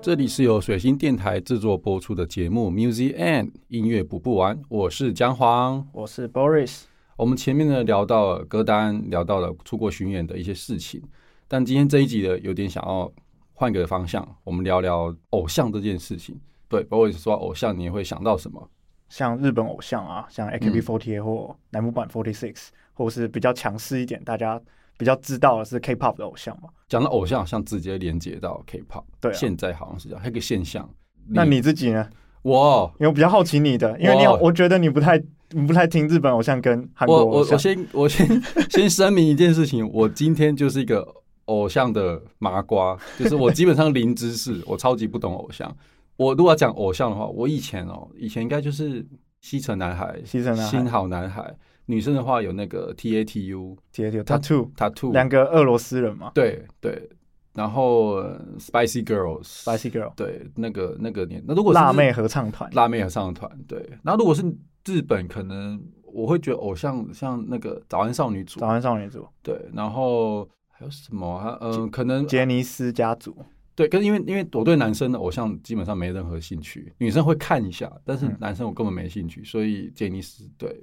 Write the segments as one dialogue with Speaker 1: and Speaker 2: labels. Speaker 1: 这里是由水星电台制作播出的节目《Music and》音乐补不完，我是姜黄。
Speaker 2: 我是 Boris。
Speaker 1: 我们前面呢聊到了歌单，聊到了出国巡演的一些事情，但今天这一集呢，有点想要换个方向，我们聊聊偶像这件事情。对，Boris 说偶像，你会想到什么？
Speaker 2: 像日本偶像啊，
Speaker 1: 嗯
Speaker 2: 像 AKB48 或乃木坂46，或是比较强势一点，大家比较知道的是 K-pop 的偶像嘛。
Speaker 1: 讲到偶像，好像直接连接到 K-pop，
Speaker 2: 对啊
Speaker 1: 现在好像是这样，还有一个现象。
Speaker 2: 那你自己呢？
Speaker 1: 我
Speaker 2: 因为我比较好奇你的，因为你
Speaker 1: 哇
Speaker 2: 好我觉得你不太你不太听日本偶像跟韩国
Speaker 1: 我我
Speaker 2: 偶
Speaker 1: 我
Speaker 2: 像。
Speaker 1: 先我先先声明一件事情，我今天就是一个偶像的麻瓜，就是我基本上零知识，我超级不懂偶像。我如果要讲偶像的话，我以前哦，以前应该就是西城男孩、
Speaker 2: 西城男孩
Speaker 1: 新好男孩，女生的话有那个 T A T U
Speaker 2: 姐有
Speaker 1: 他
Speaker 2: Tattoo，
Speaker 1: Tattoo，
Speaker 2: 两个俄罗斯人嘛
Speaker 1: 对对，然后呃 Spicy Girls，
Speaker 2: ，Spicy Girl，
Speaker 1: 对那个那个年，那如果是
Speaker 2: 辣妹合唱团，
Speaker 1: 辣妹合唱团，对，然后如果是日本，可能我会觉得偶像像那个早安少女组
Speaker 2: 早，安少女组，
Speaker 1: 对，然后还有什么啊？嗯、可能
Speaker 2: 杰尼斯家族，
Speaker 1: 对，跟因为因为我对男生的偶像基本上没任何兴趣，女生会看一下，但是
Speaker 2: 嗯
Speaker 1: 男生我根本没兴趣，所以杰尼斯对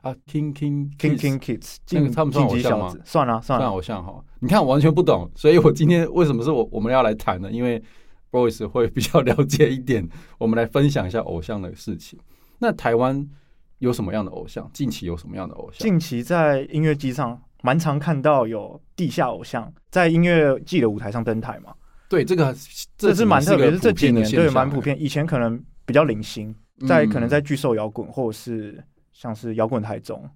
Speaker 1: 啊，King King
Speaker 2: King
Speaker 1: Kiss
Speaker 2: King 嗯 Kids，
Speaker 1: 那个
Speaker 2: 进
Speaker 1: 他们算偶
Speaker 2: 晋级
Speaker 1: 像
Speaker 2: 小
Speaker 1: 吗
Speaker 2: 子，算了算
Speaker 1: 算
Speaker 2: 啊了，
Speaker 1: 偶像哈，你看我完全不懂，所以我今天为什么是我我们要来谈呢？因为 Boys 会比较 了解一点，我们来分享一下偶像的事情。那台湾有什么样的偶像？近期有什么样的偶像？
Speaker 2: 近期在音乐季上蛮常看到有地下偶像在音乐季的舞台上登台嘛，
Speaker 1: 对，这个
Speaker 2: 这是蛮特别，
Speaker 1: 的，
Speaker 2: 是这几年对蛮普
Speaker 1: 普遍的现象，啊嗯
Speaker 2: 遍，以前可能比较零星，在可能在巨兽摇滚或者是像是摇滚台中，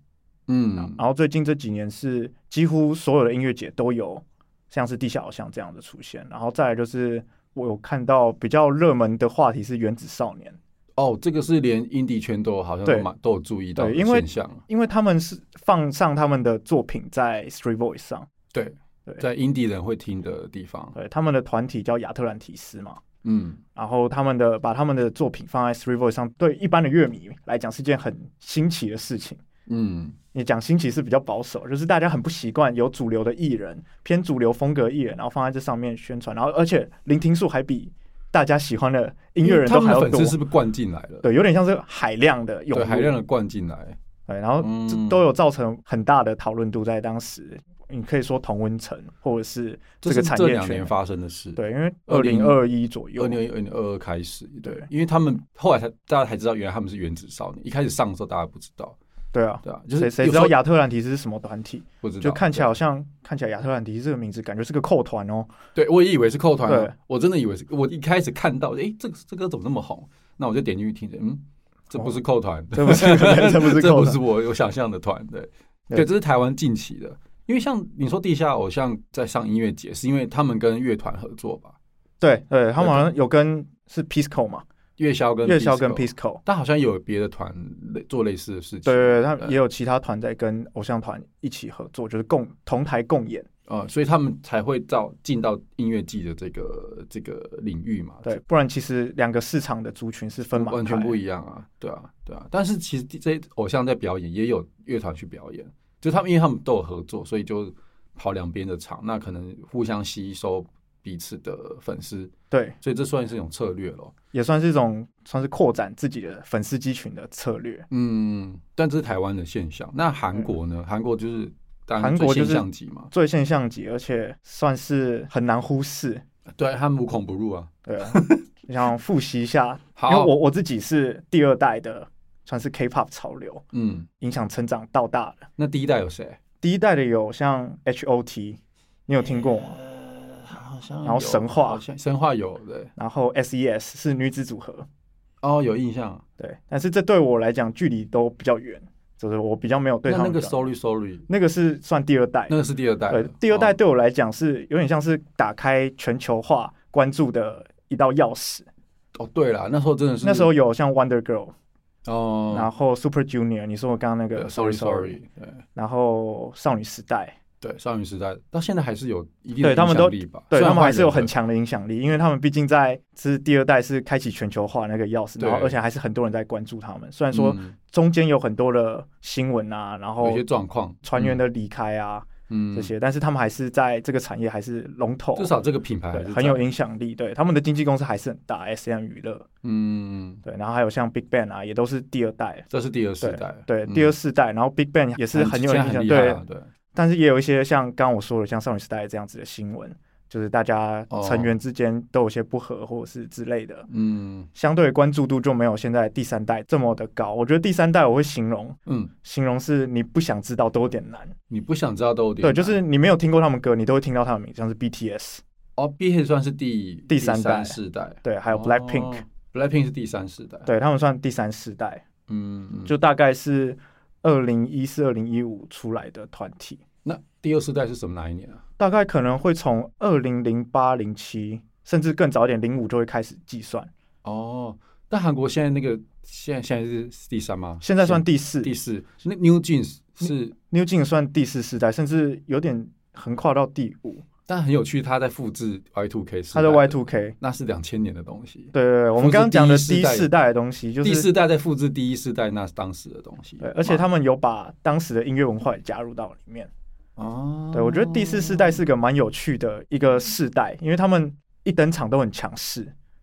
Speaker 1: 嗯
Speaker 2: 然后最近这几年是几乎所有的音乐节都有像是地下偶像这样的出现，然后再来就是我有看到比较热门的话题是原子少年。
Speaker 1: 哦，这个是连印地圈都好像都
Speaker 2: 对
Speaker 1: 蛮都有注意到的
Speaker 2: 对因为
Speaker 1: 现象，
Speaker 2: 因为他们是放上他们的作品在 Street Voice 上，
Speaker 1: 对，
Speaker 2: 对
Speaker 1: 在印地人会听的地方，
Speaker 2: 对，他们的团体叫亚特兰提斯嘛，
Speaker 1: 嗯，
Speaker 2: 然后他们的把他们的作品放在 Three Voice 上，对一般的乐迷来讲是件很新奇的事情。
Speaker 1: 嗯，
Speaker 2: 你讲新奇是比较保守，就是大家很不习惯有主流的艺人，偏主流风格艺人，然后放在这上面宣传，然后而且聆听数还比大家喜欢的音乐人
Speaker 1: 他
Speaker 2: 都
Speaker 1: 们
Speaker 2: 还
Speaker 1: 的
Speaker 2: 要
Speaker 1: 粉
Speaker 2: 多
Speaker 1: 丝，是不是灌进来了？
Speaker 2: 对，有点像是海量的涌
Speaker 1: 对，
Speaker 2: 入，
Speaker 1: 海量的灌进来，
Speaker 2: 对，然后这
Speaker 1: 嗯
Speaker 2: 都有造成很大的讨论度在当时，你可以说同温层或者是这
Speaker 1: 是
Speaker 2: 个产
Speaker 1: 这
Speaker 2: 业
Speaker 1: 两年
Speaker 2: 圈，
Speaker 1: 发生的事，，
Speaker 2: 对，因为二零
Speaker 1: 20
Speaker 2: 二一左右，
Speaker 1: 二零二零二二开始，对
Speaker 2: 对，
Speaker 1: 因为他们后来才大家才知道，原来他们是原子少年，一开始上的时候大家不知道，
Speaker 2: 对啊，
Speaker 1: 对啊，就
Speaker 2: 谁
Speaker 1: 是
Speaker 2: 谁
Speaker 1: 有
Speaker 2: 知
Speaker 1: 时候
Speaker 2: 道亚特兰提斯是什么团体？
Speaker 1: 不知道，
Speaker 2: 就看起来好像看起来亚特兰提斯这个名字感觉是个扣团哦。
Speaker 1: 对，我也以为是扣团啊、
Speaker 2: 对
Speaker 1: 我真的以为是，我一开始看到，诶，这个这歌怎么那么红？那我就点进去听，嗯，这
Speaker 2: 哦
Speaker 1: 不是扣团，
Speaker 2: 这不是 这不 是
Speaker 1: 这
Speaker 2: 扣
Speaker 1: 不
Speaker 2: 团
Speaker 1: 是我有想象的团，对，
Speaker 2: 对
Speaker 1: 对，这是台湾近期的。因为像你说地下偶像在上音乐节，是因为他们跟乐团合作吧？
Speaker 2: 对对，他们好像有跟是 Pisco 嘛，
Speaker 1: 月销跟
Speaker 2: 月销
Speaker 1: Pisco
Speaker 2: 跟 Pisco，
Speaker 1: 但好像有别的团类做类似的事情。
Speaker 2: 对对对，他们也有其他团在跟偶像团一起合作，就是共同台共演。
Speaker 1: 呃，所以他们才会到进到音乐季的这个这个领域嘛。
Speaker 2: 对，不然其实两个市场的族群是分满
Speaker 1: 完全不
Speaker 2: 一
Speaker 1: 一样啊，对啊，对啊。但是其实这些偶像在表演，也有乐团去表演，就他们因为他们都有合作，所以就跑两边的场，那可能互相吸收彼此的粉丝，
Speaker 2: 对，
Speaker 1: 所以这算是一种策略咯。
Speaker 2: 也算是一种算是扩展自己的粉丝肌群的策略。
Speaker 1: 嗯，但这是台湾的现象。那韩国呢？韩国就是当然
Speaker 2: 韩国
Speaker 1: 最
Speaker 2: 就是
Speaker 1: 现象级嘛，
Speaker 2: 最现象级，而且算是很难忽视。
Speaker 1: 对，他们无孔不入啊。
Speaker 2: 对 啊，我想复习一下，因为
Speaker 1: 好，
Speaker 2: 我我自己是第二代的，算是 K-pop 潮流
Speaker 1: 嗯，
Speaker 2: 影响成长到大的。
Speaker 1: 那第一代有谁？
Speaker 2: 第一代的有像 H.O.T，你有听过吗？
Speaker 1: 呃好像
Speaker 2: 然后神话
Speaker 1: 好像神话有对，
Speaker 2: 然后 S.E.S 是女子组合，
Speaker 1: 哦，有印象。
Speaker 2: 对，但是这对我来讲距离都比较远，就是我比较没有对
Speaker 1: 那
Speaker 2: 他们
Speaker 1: 那个
Speaker 2: 比较
Speaker 1: Sorry Sorry，
Speaker 2: 那个是算第二代，
Speaker 1: 那个是第二代的
Speaker 2: 对，，第二代
Speaker 1: 哦
Speaker 2: 对我来讲是有点像是打开全球化关注的一道钥匙。
Speaker 1: 哦，对了，那时候真的是
Speaker 2: 那时候有像 Wonder Girl，、
Speaker 1: 哦，
Speaker 2: 然后 Super Junior，你说我刚刚那
Speaker 1: 对
Speaker 2: 个
Speaker 1: Sorry Sorry，
Speaker 2: 然后少女时代，
Speaker 1: 对对，少女时代到现在还是有一定的
Speaker 2: 对他们
Speaker 1: 影响
Speaker 2: 都
Speaker 1: 力吧，
Speaker 2: 对
Speaker 1: 虽然
Speaker 2: 他们还
Speaker 1: 换
Speaker 2: 是有
Speaker 1: 人
Speaker 2: 很
Speaker 1: 了
Speaker 2: 强的影响力，因为他们毕竟在是第二代是开启全球化那个钥匙，
Speaker 1: 对
Speaker 2: 然后而且还是很多人在关注他们。虽然说
Speaker 1: 嗯
Speaker 2: 中间有很多的新闻啊，然
Speaker 1: 有一
Speaker 2: 后
Speaker 1: 些状况
Speaker 2: 船员
Speaker 1: 嗯
Speaker 2: 的离开啊，
Speaker 1: 嗯
Speaker 2: 这，些，但是他们还是在这个产业还是龙头，
Speaker 1: 至少这个品牌还
Speaker 2: 对
Speaker 1: 是
Speaker 2: 很有
Speaker 1: 在，
Speaker 2: 影响力。对，他们的经纪公司还是很大，SM 娱乐
Speaker 1: 嗯，
Speaker 2: 对，然后还有像 Big Bang 啊，也都是第二代。
Speaker 1: 这是第二世代，
Speaker 2: 对，
Speaker 1: 嗯
Speaker 2: 第二世代，然后 Big Bang 也是很有
Speaker 1: 现
Speaker 2: 影
Speaker 1: 在
Speaker 2: 响，
Speaker 1: 厉害
Speaker 2: 对
Speaker 1: 啊，对，
Speaker 2: 但是也有一些像刚刚我说的，像少女时代这样子的新闻，就是大家
Speaker 1: 哦
Speaker 2: 成员之间都有些不和或者是之类的，
Speaker 1: 嗯
Speaker 2: 相对关注度就没有现在第三代这么的高。我觉得第三代我会形容，
Speaker 1: 嗯，
Speaker 2: 形容是你不想知道都有点难，
Speaker 1: 你不想知道都有点
Speaker 2: 对，
Speaker 1: 难，
Speaker 2: 就是你没有听过他们歌，你都会听到他们名字，像是 BTS，
Speaker 1: 哦，BTS 算是第
Speaker 2: 第三代
Speaker 1: 世代，
Speaker 2: 对，还有 Blackpink，、
Speaker 1: 哦，Blackpink 是第三世代，，
Speaker 2: 对他们算第三世代，
Speaker 1: 嗯，嗯
Speaker 2: 就大概是二零一四、二零一五出来的团体，
Speaker 1: 那第二世代是什么哪一年啊？
Speaker 2: 大概可能会从二零零八、零七，甚至更早一点，零五就会开始计算。
Speaker 1: 哦，但韩国现在那个现在现在是第三吗？
Speaker 2: 现在算第四
Speaker 1: 第四，那 New Jeans 是，
Speaker 2: ，New Jeans 算第四世代，甚至有点横跨到第五。
Speaker 1: 但很有趣，它在复制 Y Two K，
Speaker 2: 它的 Y Two K，
Speaker 1: 那是两千年的东西，
Speaker 2: 对对对，我
Speaker 1: 复
Speaker 2: 们
Speaker 1: 制
Speaker 2: 刚刚讲的
Speaker 1: 第
Speaker 2: 第
Speaker 1: 一世
Speaker 2: 一
Speaker 1: 代
Speaker 2: 世代的东西，就
Speaker 1: 第
Speaker 2: 是
Speaker 1: 四代在复制第一世代那当时的东西，
Speaker 2: 对，而且他们有把当时的音乐文化也加入到里面。
Speaker 1: 哦，
Speaker 2: 对我觉得第四世代是个蛮有趣的一个世代，因为他们一登场都很强势。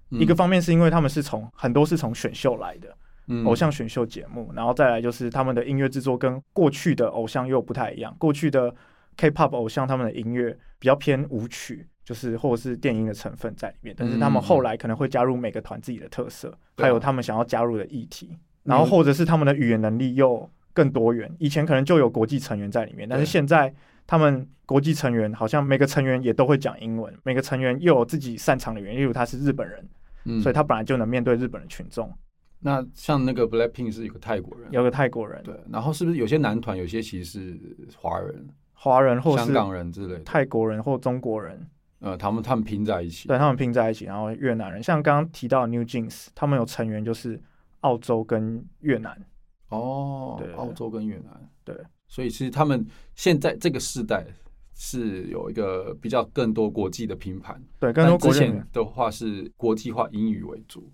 Speaker 1: 嗯
Speaker 2: 一个方面是因为他们是从很多是从选秀来的，
Speaker 1: 嗯
Speaker 2: 偶像选秀节目，然后再来就是他们的音乐制作跟过去的偶像又不太一样。过去的 K-pop 偶像他们的音乐比较偏舞曲，就是或者是电音的成分在里面，但是他们后来可能会加入每个团自己的特色，
Speaker 1: 嗯对啊嗯
Speaker 2: 还有他们想要加入的议题，然后或者是他们的语言能力又更多元。以前可能就有国际成员在里面，但是
Speaker 1: 对
Speaker 2: 现在。他们国际成员好像每个成员也都会讲英文，每个成员又有自己擅长的语言，例如他是日本人，
Speaker 1: 嗯
Speaker 2: 所以他本来就能面对日本的群众。
Speaker 1: 那像那个 Blackpink 是一个泰国人，
Speaker 2: 有个泰国人，
Speaker 1: 对，然后是不是有些男团有些其实是华人、
Speaker 2: 华人或
Speaker 1: 香
Speaker 2: 是
Speaker 1: 港人之类的，
Speaker 2: 泰国人或中国人，
Speaker 1: 呃，他们他们拼在一起，
Speaker 2: 对他们拼在一起，然后越南人，像刚刚提到的 New Jeans，他们有成员就是澳洲跟越南，
Speaker 1: 哦，
Speaker 2: 对对对
Speaker 1: 澳洲跟越南，
Speaker 2: 对，
Speaker 1: 所以其实他们现在这个世代是有一个比较更多国际的拼盘，
Speaker 2: 对，更多
Speaker 1: 但
Speaker 2: 国
Speaker 1: 之
Speaker 2: 人员
Speaker 1: 前的话是国际化英语为主，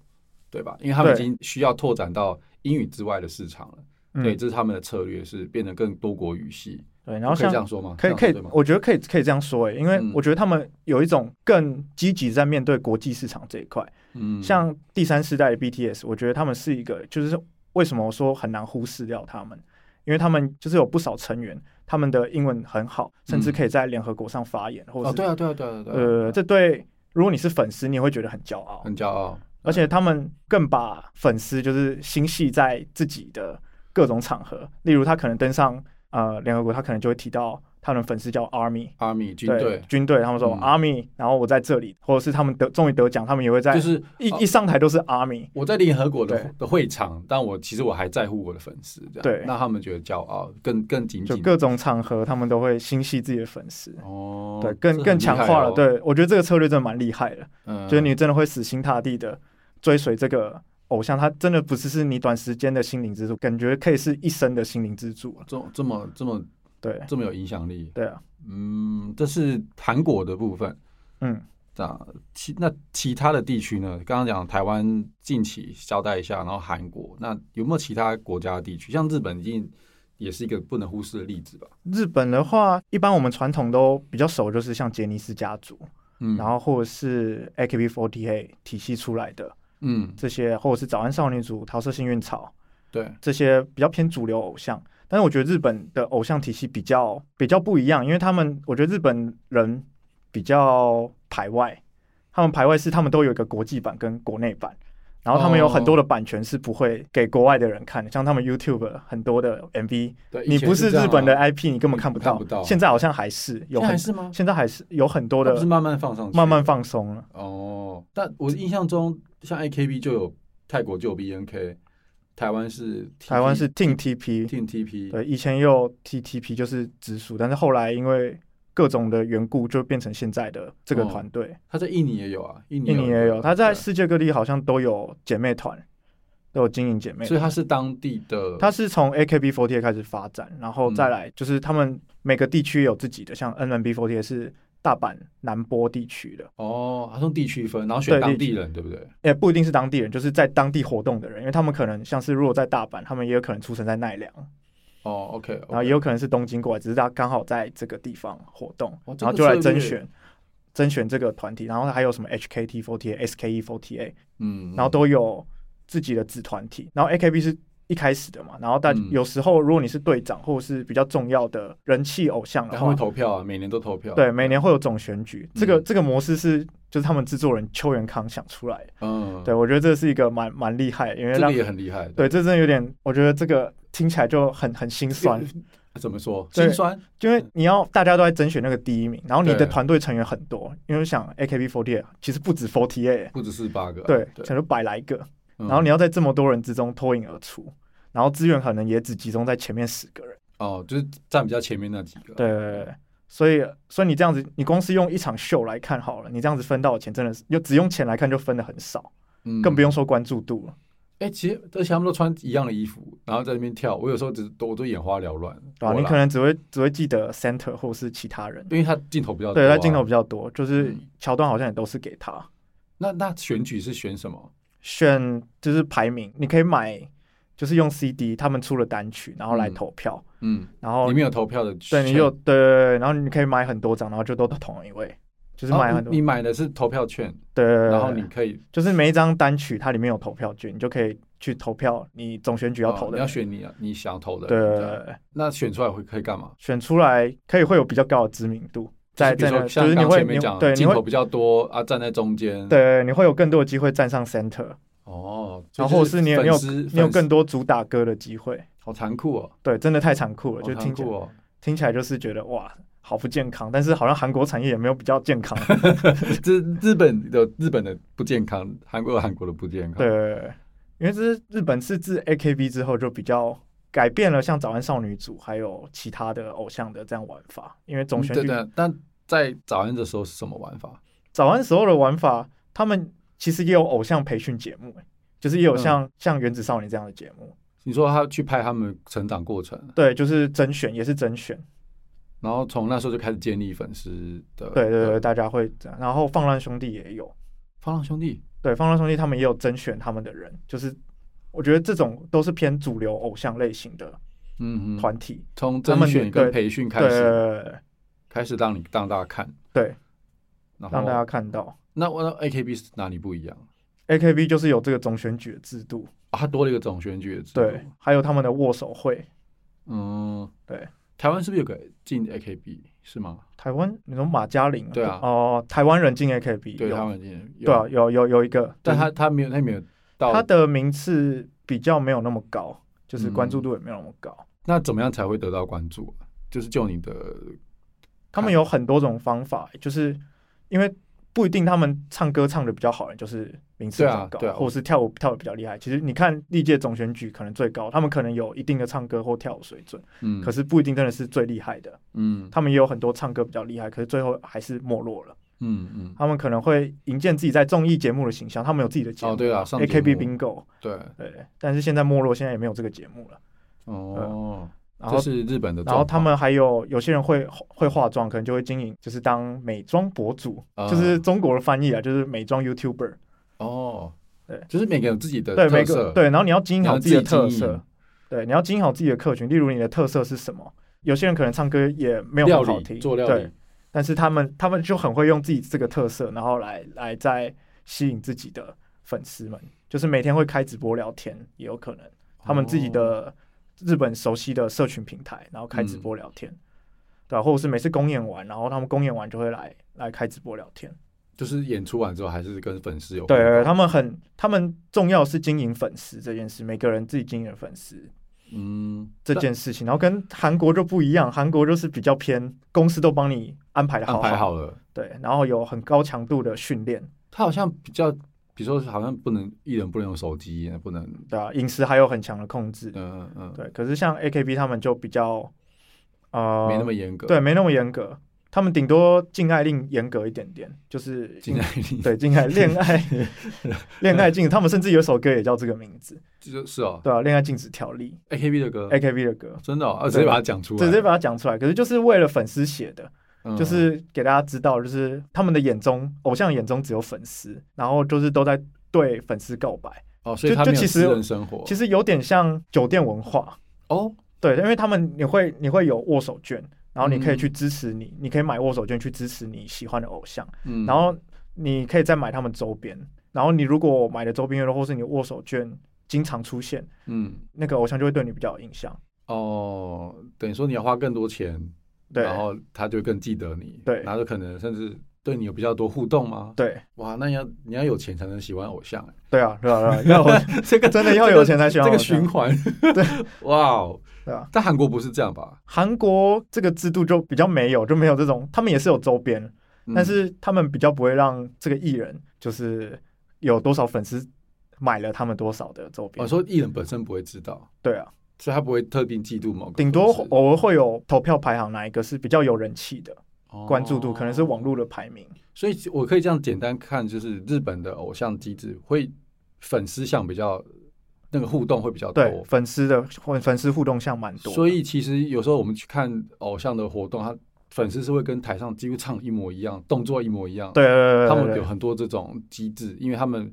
Speaker 1: 对吧？因为他们已
Speaker 2: 对
Speaker 1: 经需要拓展到英语之外的市场了，
Speaker 2: 嗯
Speaker 1: 对，这是他们的策略，是变得更多国语系。
Speaker 2: 对，然后
Speaker 1: 可以
Speaker 2: 像
Speaker 1: 这样说吗？
Speaker 2: 可以
Speaker 1: 这
Speaker 2: 可
Speaker 1: 样
Speaker 2: 以
Speaker 1: 说对吗，
Speaker 2: 我觉得可以可以这样说欸诶，因为
Speaker 1: 嗯
Speaker 2: 我觉得他们有一种更积极在面对国际市场这一块，
Speaker 1: 嗯，
Speaker 2: 像第三世代的 BTS，我觉得他们是一个，就是为什么我说很难忽视掉他们，因为他们就是有不少成员，他们的英文很好，甚至
Speaker 1: 嗯
Speaker 2: 可以在联合国上发言，或者
Speaker 1: 哦，
Speaker 2: 是
Speaker 1: 对啊，对啊，对啊，对啊，
Speaker 2: 呃，
Speaker 1: 对啊
Speaker 2: 这对如果你是粉丝，你也会觉得很骄傲，
Speaker 1: 很骄傲，
Speaker 2: 而且他们更把粉丝就是心系在自己的各种场合，例如他可能登上呃联合国，他可能就会提到他的粉丝叫 Army。
Speaker 1: army 军
Speaker 2: 对
Speaker 1: 队。
Speaker 2: 军队，他们说
Speaker 1: 嗯
Speaker 2: Army，、然后我在这里，或者是他们得终于得奖，他们也会在、
Speaker 1: 就是
Speaker 2: 一、
Speaker 1: 哦
Speaker 2: 一上台都是 Army，
Speaker 1: 我在联合国的
Speaker 2: 对
Speaker 1: 的会场，但我其实我还在乎我的粉丝，这样，
Speaker 2: 对
Speaker 1: 那他们觉得骄傲，更更紧
Speaker 2: 就
Speaker 1: 紧，
Speaker 2: 各种场合他们都会心系自己的粉丝，
Speaker 1: 哦，
Speaker 2: 对，更
Speaker 1: 这很
Speaker 2: 更
Speaker 1: 厉
Speaker 2: 强
Speaker 1: 害
Speaker 2: 化了。
Speaker 1: 哦，
Speaker 2: 对我觉得这个策略真的蛮厉害的。
Speaker 1: 嗯
Speaker 2: 就是你真的会死心塌地的追随这个偶像，他真的不只是你短时间的心灵支柱，感觉可以是一生的心灵支柱了。
Speaker 1: 这这么这么
Speaker 2: 对，
Speaker 1: 这么有影响力，
Speaker 2: 对啊，
Speaker 1: 嗯，这是韩国的部分。
Speaker 2: 嗯，
Speaker 1: 那其那其他的地区呢？刚刚讲台湾近期交代一下，然后韩国，那有没有其他国家的地区？像日本已经也是一个不能忽视的例子吧。
Speaker 2: 日本的话，一般我们传统都比较熟，就是像杰尼斯家族，
Speaker 1: 嗯，
Speaker 2: 然后或者是 AKB48 体系出来的
Speaker 1: 嗯，
Speaker 2: 这些，或者是早安少女组、桃色幸运草
Speaker 1: 对，
Speaker 2: 这些比较偏主流偶像。但是我觉得日本的偶像体系比较比较不一样，因为他们我觉得日本人比较排外，他们排外是他们都有一个国际版跟国内版，然后他们有很多的版权是不会给国外的人看的，像他们 YouTube 很多的 MV，
Speaker 1: 对，哦呃
Speaker 2: 你
Speaker 1: 以前
Speaker 2: 不是
Speaker 1: 这样
Speaker 2: 日本的
Speaker 1: 啊，
Speaker 2: IP 你根本看不到，
Speaker 1: 看不到
Speaker 2: 现在好像还是有
Speaker 1: 现在还
Speaker 2: 很
Speaker 1: 是吗？
Speaker 2: 现在还是有很多
Speaker 1: 它不
Speaker 2: 的
Speaker 1: 是慢慢放上去，
Speaker 2: 慢慢放松了，
Speaker 1: 哦，但我印象中，像 AKB 就有泰国就有 BNK，台湾是 TP,
Speaker 2: 台湾是 Team TP，
Speaker 1: Team TP，
Speaker 2: 对，以前也有 TTP 就是直属，但是后来因为各种的缘故，就变成现在的这个
Speaker 1: 哦
Speaker 2: 团队。
Speaker 1: 它在印尼也有啊，印尼
Speaker 2: 印尼也有，它在
Speaker 1: 对啊
Speaker 2: 世界各地好像都有姐妹团，都有经营姐妹
Speaker 1: 所以
Speaker 2: 团。
Speaker 1: 它是当地的，
Speaker 2: 它是从 AKB48 开始发展，然后
Speaker 1: 嗯
Speaker 2: 再来就是他们每个地区有自己的，像 NMB48 是大阪南波地区的，
Speaker 1: 哦，它是用地区分，然后选
Speaker 2: 对地
Speaker 1: 当
Speaker 2: 区
Speaker 1: 地人，对不对？
Speaker 2: 也不一定是当地人，就是在当地活动的人，因为他们可能像是如果在大阪，他们也有可能出生在奈良，
Speaker 1: 哦，OK，
Speaker 2: 然后也有可能是东京过来，只是他刚好在这个地方活动，
Speaker 1: 哇哦这个
Speaker 2: 然后就来
Speaker 1: 策略
Speaker 2: 甄选甄选这个团体，然后还有什么 HKT48、SKE48，
Speaker 1: 嗯，
Speaker 2: E 然后都有自己的子团体，然后 AKB 是一开始的嘛，然后大、
Speaker 1: 嗯
Speaker 2: 有时候如果你是队长或者是比较重要的人气偶像的
Speaker 1: 他们
Speaker 2: 话
Speaker 1: 会，投票啊，每年都投票，
Speaker 2: 对，每年会有总选举，这个、
Speaker 1: 嗯
Speaker 2: 这个模式是就是他们制作人邱元康想出来的，
Speaker 1: 嗯，
Speaker 2: 对，我觉得这是一个蛮蛮厉害的，因为
Speaker 1: 这个
Speaker 2: 让
Speaker 1: 也很厉害，
Speaker 2: 对这真的有点，我觉得这个听起来就很很 心酸，
Speaker 1: 啊怎么说？
Speaker 2: 对
Speaker 1: 心酸，
Speaker 2: 因为你要大家都在甄选那个第一名，然后你的
Speaker 1: 嗯对
Speaker 2: 团队成员很多，因为我想 AKB48 其实不止48，
Speaker 1: 不只是八个啊，
Speaker 2: 对，
Speaker 1: 对嗯
Speaker 2: 可，能百来个，
Speaker 1: 然
Speaker 2: 然后你要在这么多人之中脱颖而出，然后资源可能也只集中在前面十个人。
Speaker 1: 哦，就是站比较前面那几个，啊
Speaker 2: 对对对对，所以所以你这样子，你光是用一场秀来看好了，你这样子分到的钱真的是，就只用钱来看就分的很少，
Speaker 1: 嗯，
Speaker 2: 更不用说关注度了，
Speaker 1: 哎、其实而且他们都穿一样的衣服，然后在那边跳，我有时候只我都眼花缭乱，
Speaker 2: 对吧、啊
Speaker 1: 我
Speaker 2: 你
Speaker 1: 啦
Speaker 2: 可能只会只会记得 center 或是其他人，
Speaker 1: 因为他镜头比较多、
Speaker 2: 对，
Speaker 1: 啊，
Speaker 2: 他镜头。比较多，就是
Speaker 1: 嗯
Speaker 2: 桥段好像也都是给他
Speaker 1: 那那选举是选什么？
Speaker 2: 选，就是排名，你可以买，就是用 CD 他们出了单曲，然后来
Speaker 1: 嗯
Speaker 2: 投票，
Speaker 1: 嗯，
Speaker 2: 然后
Speaker 1: 里面有投票的权，
Speaker 2: 哦对你有对对对，然后你可以买很多张，然后就都同一位，就是
Speaker 1: 哦
Speaker 2: 买很
Speaker 1: 你
Speaker 2: 多。
Speaker 1: 你买的是投票券，
Speaker 2: 对，
Speaker 1: 然后你可以
Speaker 2: 就是每一张单曲它里面有投票券，你就可以去投票，你总选举要
Speaker 1: 哦
Speaker 2: 投
Speaker 1: 你
Speaker 2: 的人、
Speaker 1: 要选你你想投的，
Speaker 2: 对。对，
Speaker 1: 这
Speaker 2: 对
Speaker 1: 样
Speaker 2: 对
Speaker 1: 那选出来会可以干嘛？
Speaker 2: 选出来可以会有比较高的知名度，在
Speaker 1: 就是比
Speaker 2: 在
Speaker 1: 如
Speaker 2: 那
Speaker 1: 说
Speaker 2: 就是
Speaker 1: 像
Speaker 2: 你
Speaker 1: 刚
Speaker 2: 会
Speaker 1: 前
Speaker 2: 你
Speaker 1: 面讲
Speaker 2: 对你
Speaker 1: 镜头
Speaker 2: 会
Speaker 1: 比较多啊，站在中间，，
Speaker 2: 对你会有更多的机会站上 center，
Speaker 1: 哦，
Speaker 2: 然后或是你有
Speaker 1: 粉
Speaker 2: 你有
Speaker 1: 丝
Speaker 2: 你有
Speaker 1: 粉丝
Speaker 2: 更多主打歌的机会。
Speaker 1: 好残酷哦，
Speaker 2: 对，真的太残酷了，
Speaker 1: 好
Speaker 2: 就
Speaker 1: 残
Speaker 2: 听起来、
Speaker 1: 酷哦，
Speaker 2: 听起来就是觉得哇，好不健康。但是好像韩国产业也没有比较健康。
Speaker 1: 这日本的日本的不健康，韩国有韩国的不健康，
Speaker 2: 对，对，对因为这是日本是自 AKB 之后就比较改变了，像早安少女组还有其他的偶像的这样玩法。因为总
Speaker 1: 嗯
Speaker 2: 选举
Speaker 1: 对对，但在早安的时候是什么玩法？
Speaker 2: 早安时候的玩法，他们其实也有偶像培训节目、欸就是也有像、
Speaker 1: 嗯
Speaker 2: 像原子少年这样的节目。
Speaker 1: 你说他去拍他们成长过程，
Speaker 2: 对，就是甄选也是甄选。
Speaker 1: 然后从那时候就开始建立粉丝的。
Speaker 2: 对对对，
Speaker 1: 的，
Speaker 2: 大家会这样。然后放浪兄弟也有，
Speaker 1: 方浪兄弟，
Speaker 2: 对，放浪兄弟他们也有甄选他们的人，就是。我觉得这种都是偏主流偶像类型的
Speaker 1: 嗯嗯，
Speaker 2: 团体，
Speaker 1: 从
Speaker 2: 他
Speaker 1: 甄
Speaker 2: 们
Speaker 1: 选跟
Speaker 2: 对
Speaker 1: 培训开
Speaker 2: 对对
Speaker 1: 始，
Speaker 2: 对，对
Speaker 1: 开始让你让大家看，
Speaker 2: 对，
Speaker 1: 然
Speaker 2: 让
Speaker 1: 后
Speaker 2: 大家看到。
Speaker 1: 那我那 AKB 是哪里不一样？
Speaker 2: AKB 就是有这个总选举的制度，
Speaker 1: 啊，它多了一个总选举的制度，
Speaker 2: 对，还有他们的握手会。
Speaker 1: 嗯，
Speaker 2: 对。
Speaker 1: 台湾是不是有个进 AKB 是吗？
Speaker 2: 台湾，你说马嘉玲、
Speaker 1: 对啊
Speaker 2: 哦、台湾人进 AKB，
Speaker 1: 对，
Speaker 2: 有
Speaker 1: 台湾进，有
Speaker 2: 对啊，，有有有一个，
Speaker 1: 但
Speaker 2: 就是
Speaker 1: 他他没有，他没有
Speaker 2: 他
Speaker 1: 到，
Speaker 2: 的名次比较没有那么高，就是关注
Speaker 1: 嗯
Speaker 2: 度也没有那么高。
Speaker 1: 那怎么样才会得到关注啊？就是就你的
Speaker 2: 他们
Speaker 1: 看
Speaker 2: 有很多种方法，欸就是因为不一定他们唱歌唱的比较好，就是名次
Speaker 1: 对
Speaker 2: 比较
Speaker 1: 啊
Speaker 2: 高，
Speaker 1: 对啊
Speaker 2: 或者是跳舞跳的比较厉害。其实你看历届总选举可能最高，他们可能有一定的唱歌或跳舞水准，
Speaker 1: 嗯，
Speaker 2: 可
Speaker 1: 是
Speaker 2: 是不一定真的是最厉害的。
Speaker 1: 嗯
Speaker 2: 他们也有很多唱歌比较厉害，可是最后还是没落了。
Speaker 1: 嗯嗯，
Speaker 2: 他们可能会营建自己在综艺节目的形象，他们有自己的节目，
Speaker 1: 哦对啊上节
Speaker 2: AKB
Speaker 1: 目
Speaker 2: Bingo，
Speaker 1: 对，
Speaker 2: 对，但是现在没落，现在也没有这个节目了。
Speaker 1: 哦，
Speaker 2: 然
Speaker 1: 这
Speaker 2: 后，
Speaker 1: 是日本的状况，
Speaker 2: 然后他们还有有些人会会化妆，可能就会经营，就是当美妆博主，
Speaker 1: 啊
Speaker 2: 就是中国的翻译啊，就是美妆 YouTuber，
Speaker 1: 哦，
Speaker 2: 对
Speaker 1: 就是每个人有自己的
Speaker 2: 对，每
Speaker 1: 呃特
Speaker 2: 个
Speaker 1: 色，
Speaker 2: 对，然后你要经营
Speaker 1: 然
Speaker 2: 好
Speaker 1: 后
Speaker 2: 自己的
Speaker 1: 自己
Speaker 2: 特
Speaker 1: 经
Speaker 2: 色
Speaker 1: 营，
Speaker 2: 对，你要经营好自己的客群，例如你的特色是什么？有些人可能唱歌也没有
Speaker 1: 料
Speaker 2: 很好
Speaker 1: 理
Speaker 2: 听，
Speaker 1: 做料
Speaker 2: 对
Speaker 1: 理，
Speaker 2: 但是他们他们就很会用自己这个特色，然后来来再吸引自己的粉丝们，就是每天会开直播聊天，也有可能他们自己
Speaker 1: 哦
Speaker 2: 的日本熟悉的社群平台，然后开直播聊天，
Speaker 1: 嗯
Speaker 2: 对啊吧、或者是每次公演完，然后他们公演完就会来来开直播聊天。
Speaker 1: 就是演出完之后还是跟粉丝有互动
Speaker 2: 对，他们很他们重要是经营粉丝这件事，每个人自己经营粉丝
Speaker 1: 嗯
Speaker 2: 这件事情，然后跟韩国就不一样，韩国就是比较偏公司都帮你安排的
Speaker 1: 安
Speaker 2: 好
Speaker 1: 排
Speaker 2: 好
Speaker 1: 好了，
Speaker 2: 对，然后有很高强度的训练，
Speaker 1: 他好像比较，比如说好像不能艺人不能用手机，也不能，
Speaker 2: 对啊，饮食还有很强的控制，
Speaker 1: 嗯嗯嗯，
Speaker 2: 对。可是像 AKB 他们就比较，呃，
Speaker 1: 没那么严格，
Speaker 2: 对，，没那么严格，他们顶多禁爱令严格一点点，就是
Speaker 1: 进来你
Speaker 2: 对禁爱恋 爱恋爱禁止，他们甚至有首歌也叫这个名字，
Speaker 1: 就是哦
Speaker 2: 对啊，恋爱禁止条例
Speaker 1: ，AKB 的歌，
Speaker 2: ，AKB 的歌，
Speaker 1: 真的哦，啊
Speaker 2: 对
Speaker 1: 直接把它讲出来，
Speaker 2: 直接把它讲出来，可是就是为了粉丝写的，
Speaker 1: 嗯
Speaker 2: 就是给大家知道，就是他们的眼中，偶像眼中只有粉丝，然后就是都在对粉丝告白。
Speaker 1: 哦，所以
Speaker 2: 就
Speaker 1: 他
Speaker 2: 就
Speaker 1: 没有
Speaker 2: 其实
Speaker 1: 私人生活，
Speaker 2: 其
Speaker 1: 实
Speaker 2: 实有点像酒店文化，
Speaker 1: 哦，
Speaker 2: 对，因为他们你会你会有握手券，然后你
Speaker 1: 嗯
Speaker 2: 可以去支持你，你可以买握手券去支持你喜欢的偶像，
Speaker 1: 嗯，
Speaker 2: 然后你可以再买他们周边，然后你如果买的周边或是你握手券经常出现，
Speaker 1: 嗯，
Speaker 2: 那个偶像就会对你比较有印象。
Speaker 1: 哦，等于说你要花更多钱，
Speaker 2: 对
Speaker 1: 然后他就更记得你，
Speaker 2: 对
Speaker 1: 然后可能甚至对你有比较多互动吗？
Speaker 2: 对
Speaker 1: 哇，那你要你要有钱才能喜欢偶 像，
Speaker 2: 对啊，对啊，对啊，要有
Speaker 1: 这个
Speaker 2: 真的要有钱才喜欢
Speaker 1: 这个
Speaker 2: 偶像
Speaker 1: 循环，对， 哇哦，
Speaker 2: 对啊。
Speaker 1: 在韩国不是这样吧？
Speaker 2: 韩国这个制度就比较没有，就没有这种，他们也是有周边，
Speaker 1: 嗯
Speaker 2: 但是他们比较不会让这个艺人就是有多少粉丝买了他们多少的周边。
Speaker 1: 我哦说艺人本身不会知道，
Speaker 2: 对啊，
Speaker 1: 所以他不会特定嫉妒某个粉丝，
Speaker 2: 顶多哦偶尔会有投票排行哪一个是比较有人气的，
Speaker 1: 哦
Speaker 2: 关注度可能是网络的排名。
Speaker 1: 所以我可以这样简单看，就是日本的偶像机制会粉丝向比较那个互动会比较
Speaker 2: 对
Speaker 1: 多，
Speaker 2: 粉丝的粉粉丝互动项蛮多的，
Speaker 1: 所以其实有时候我们去看偶像的活动，他粉丝是会跟台上几乎唱一模一样，动作一模一样。
Speaker 2: 对对对对对
Speaker 1: 他
Speaker 2: 对
Speaker 1: 们有很多这种机制，因为他们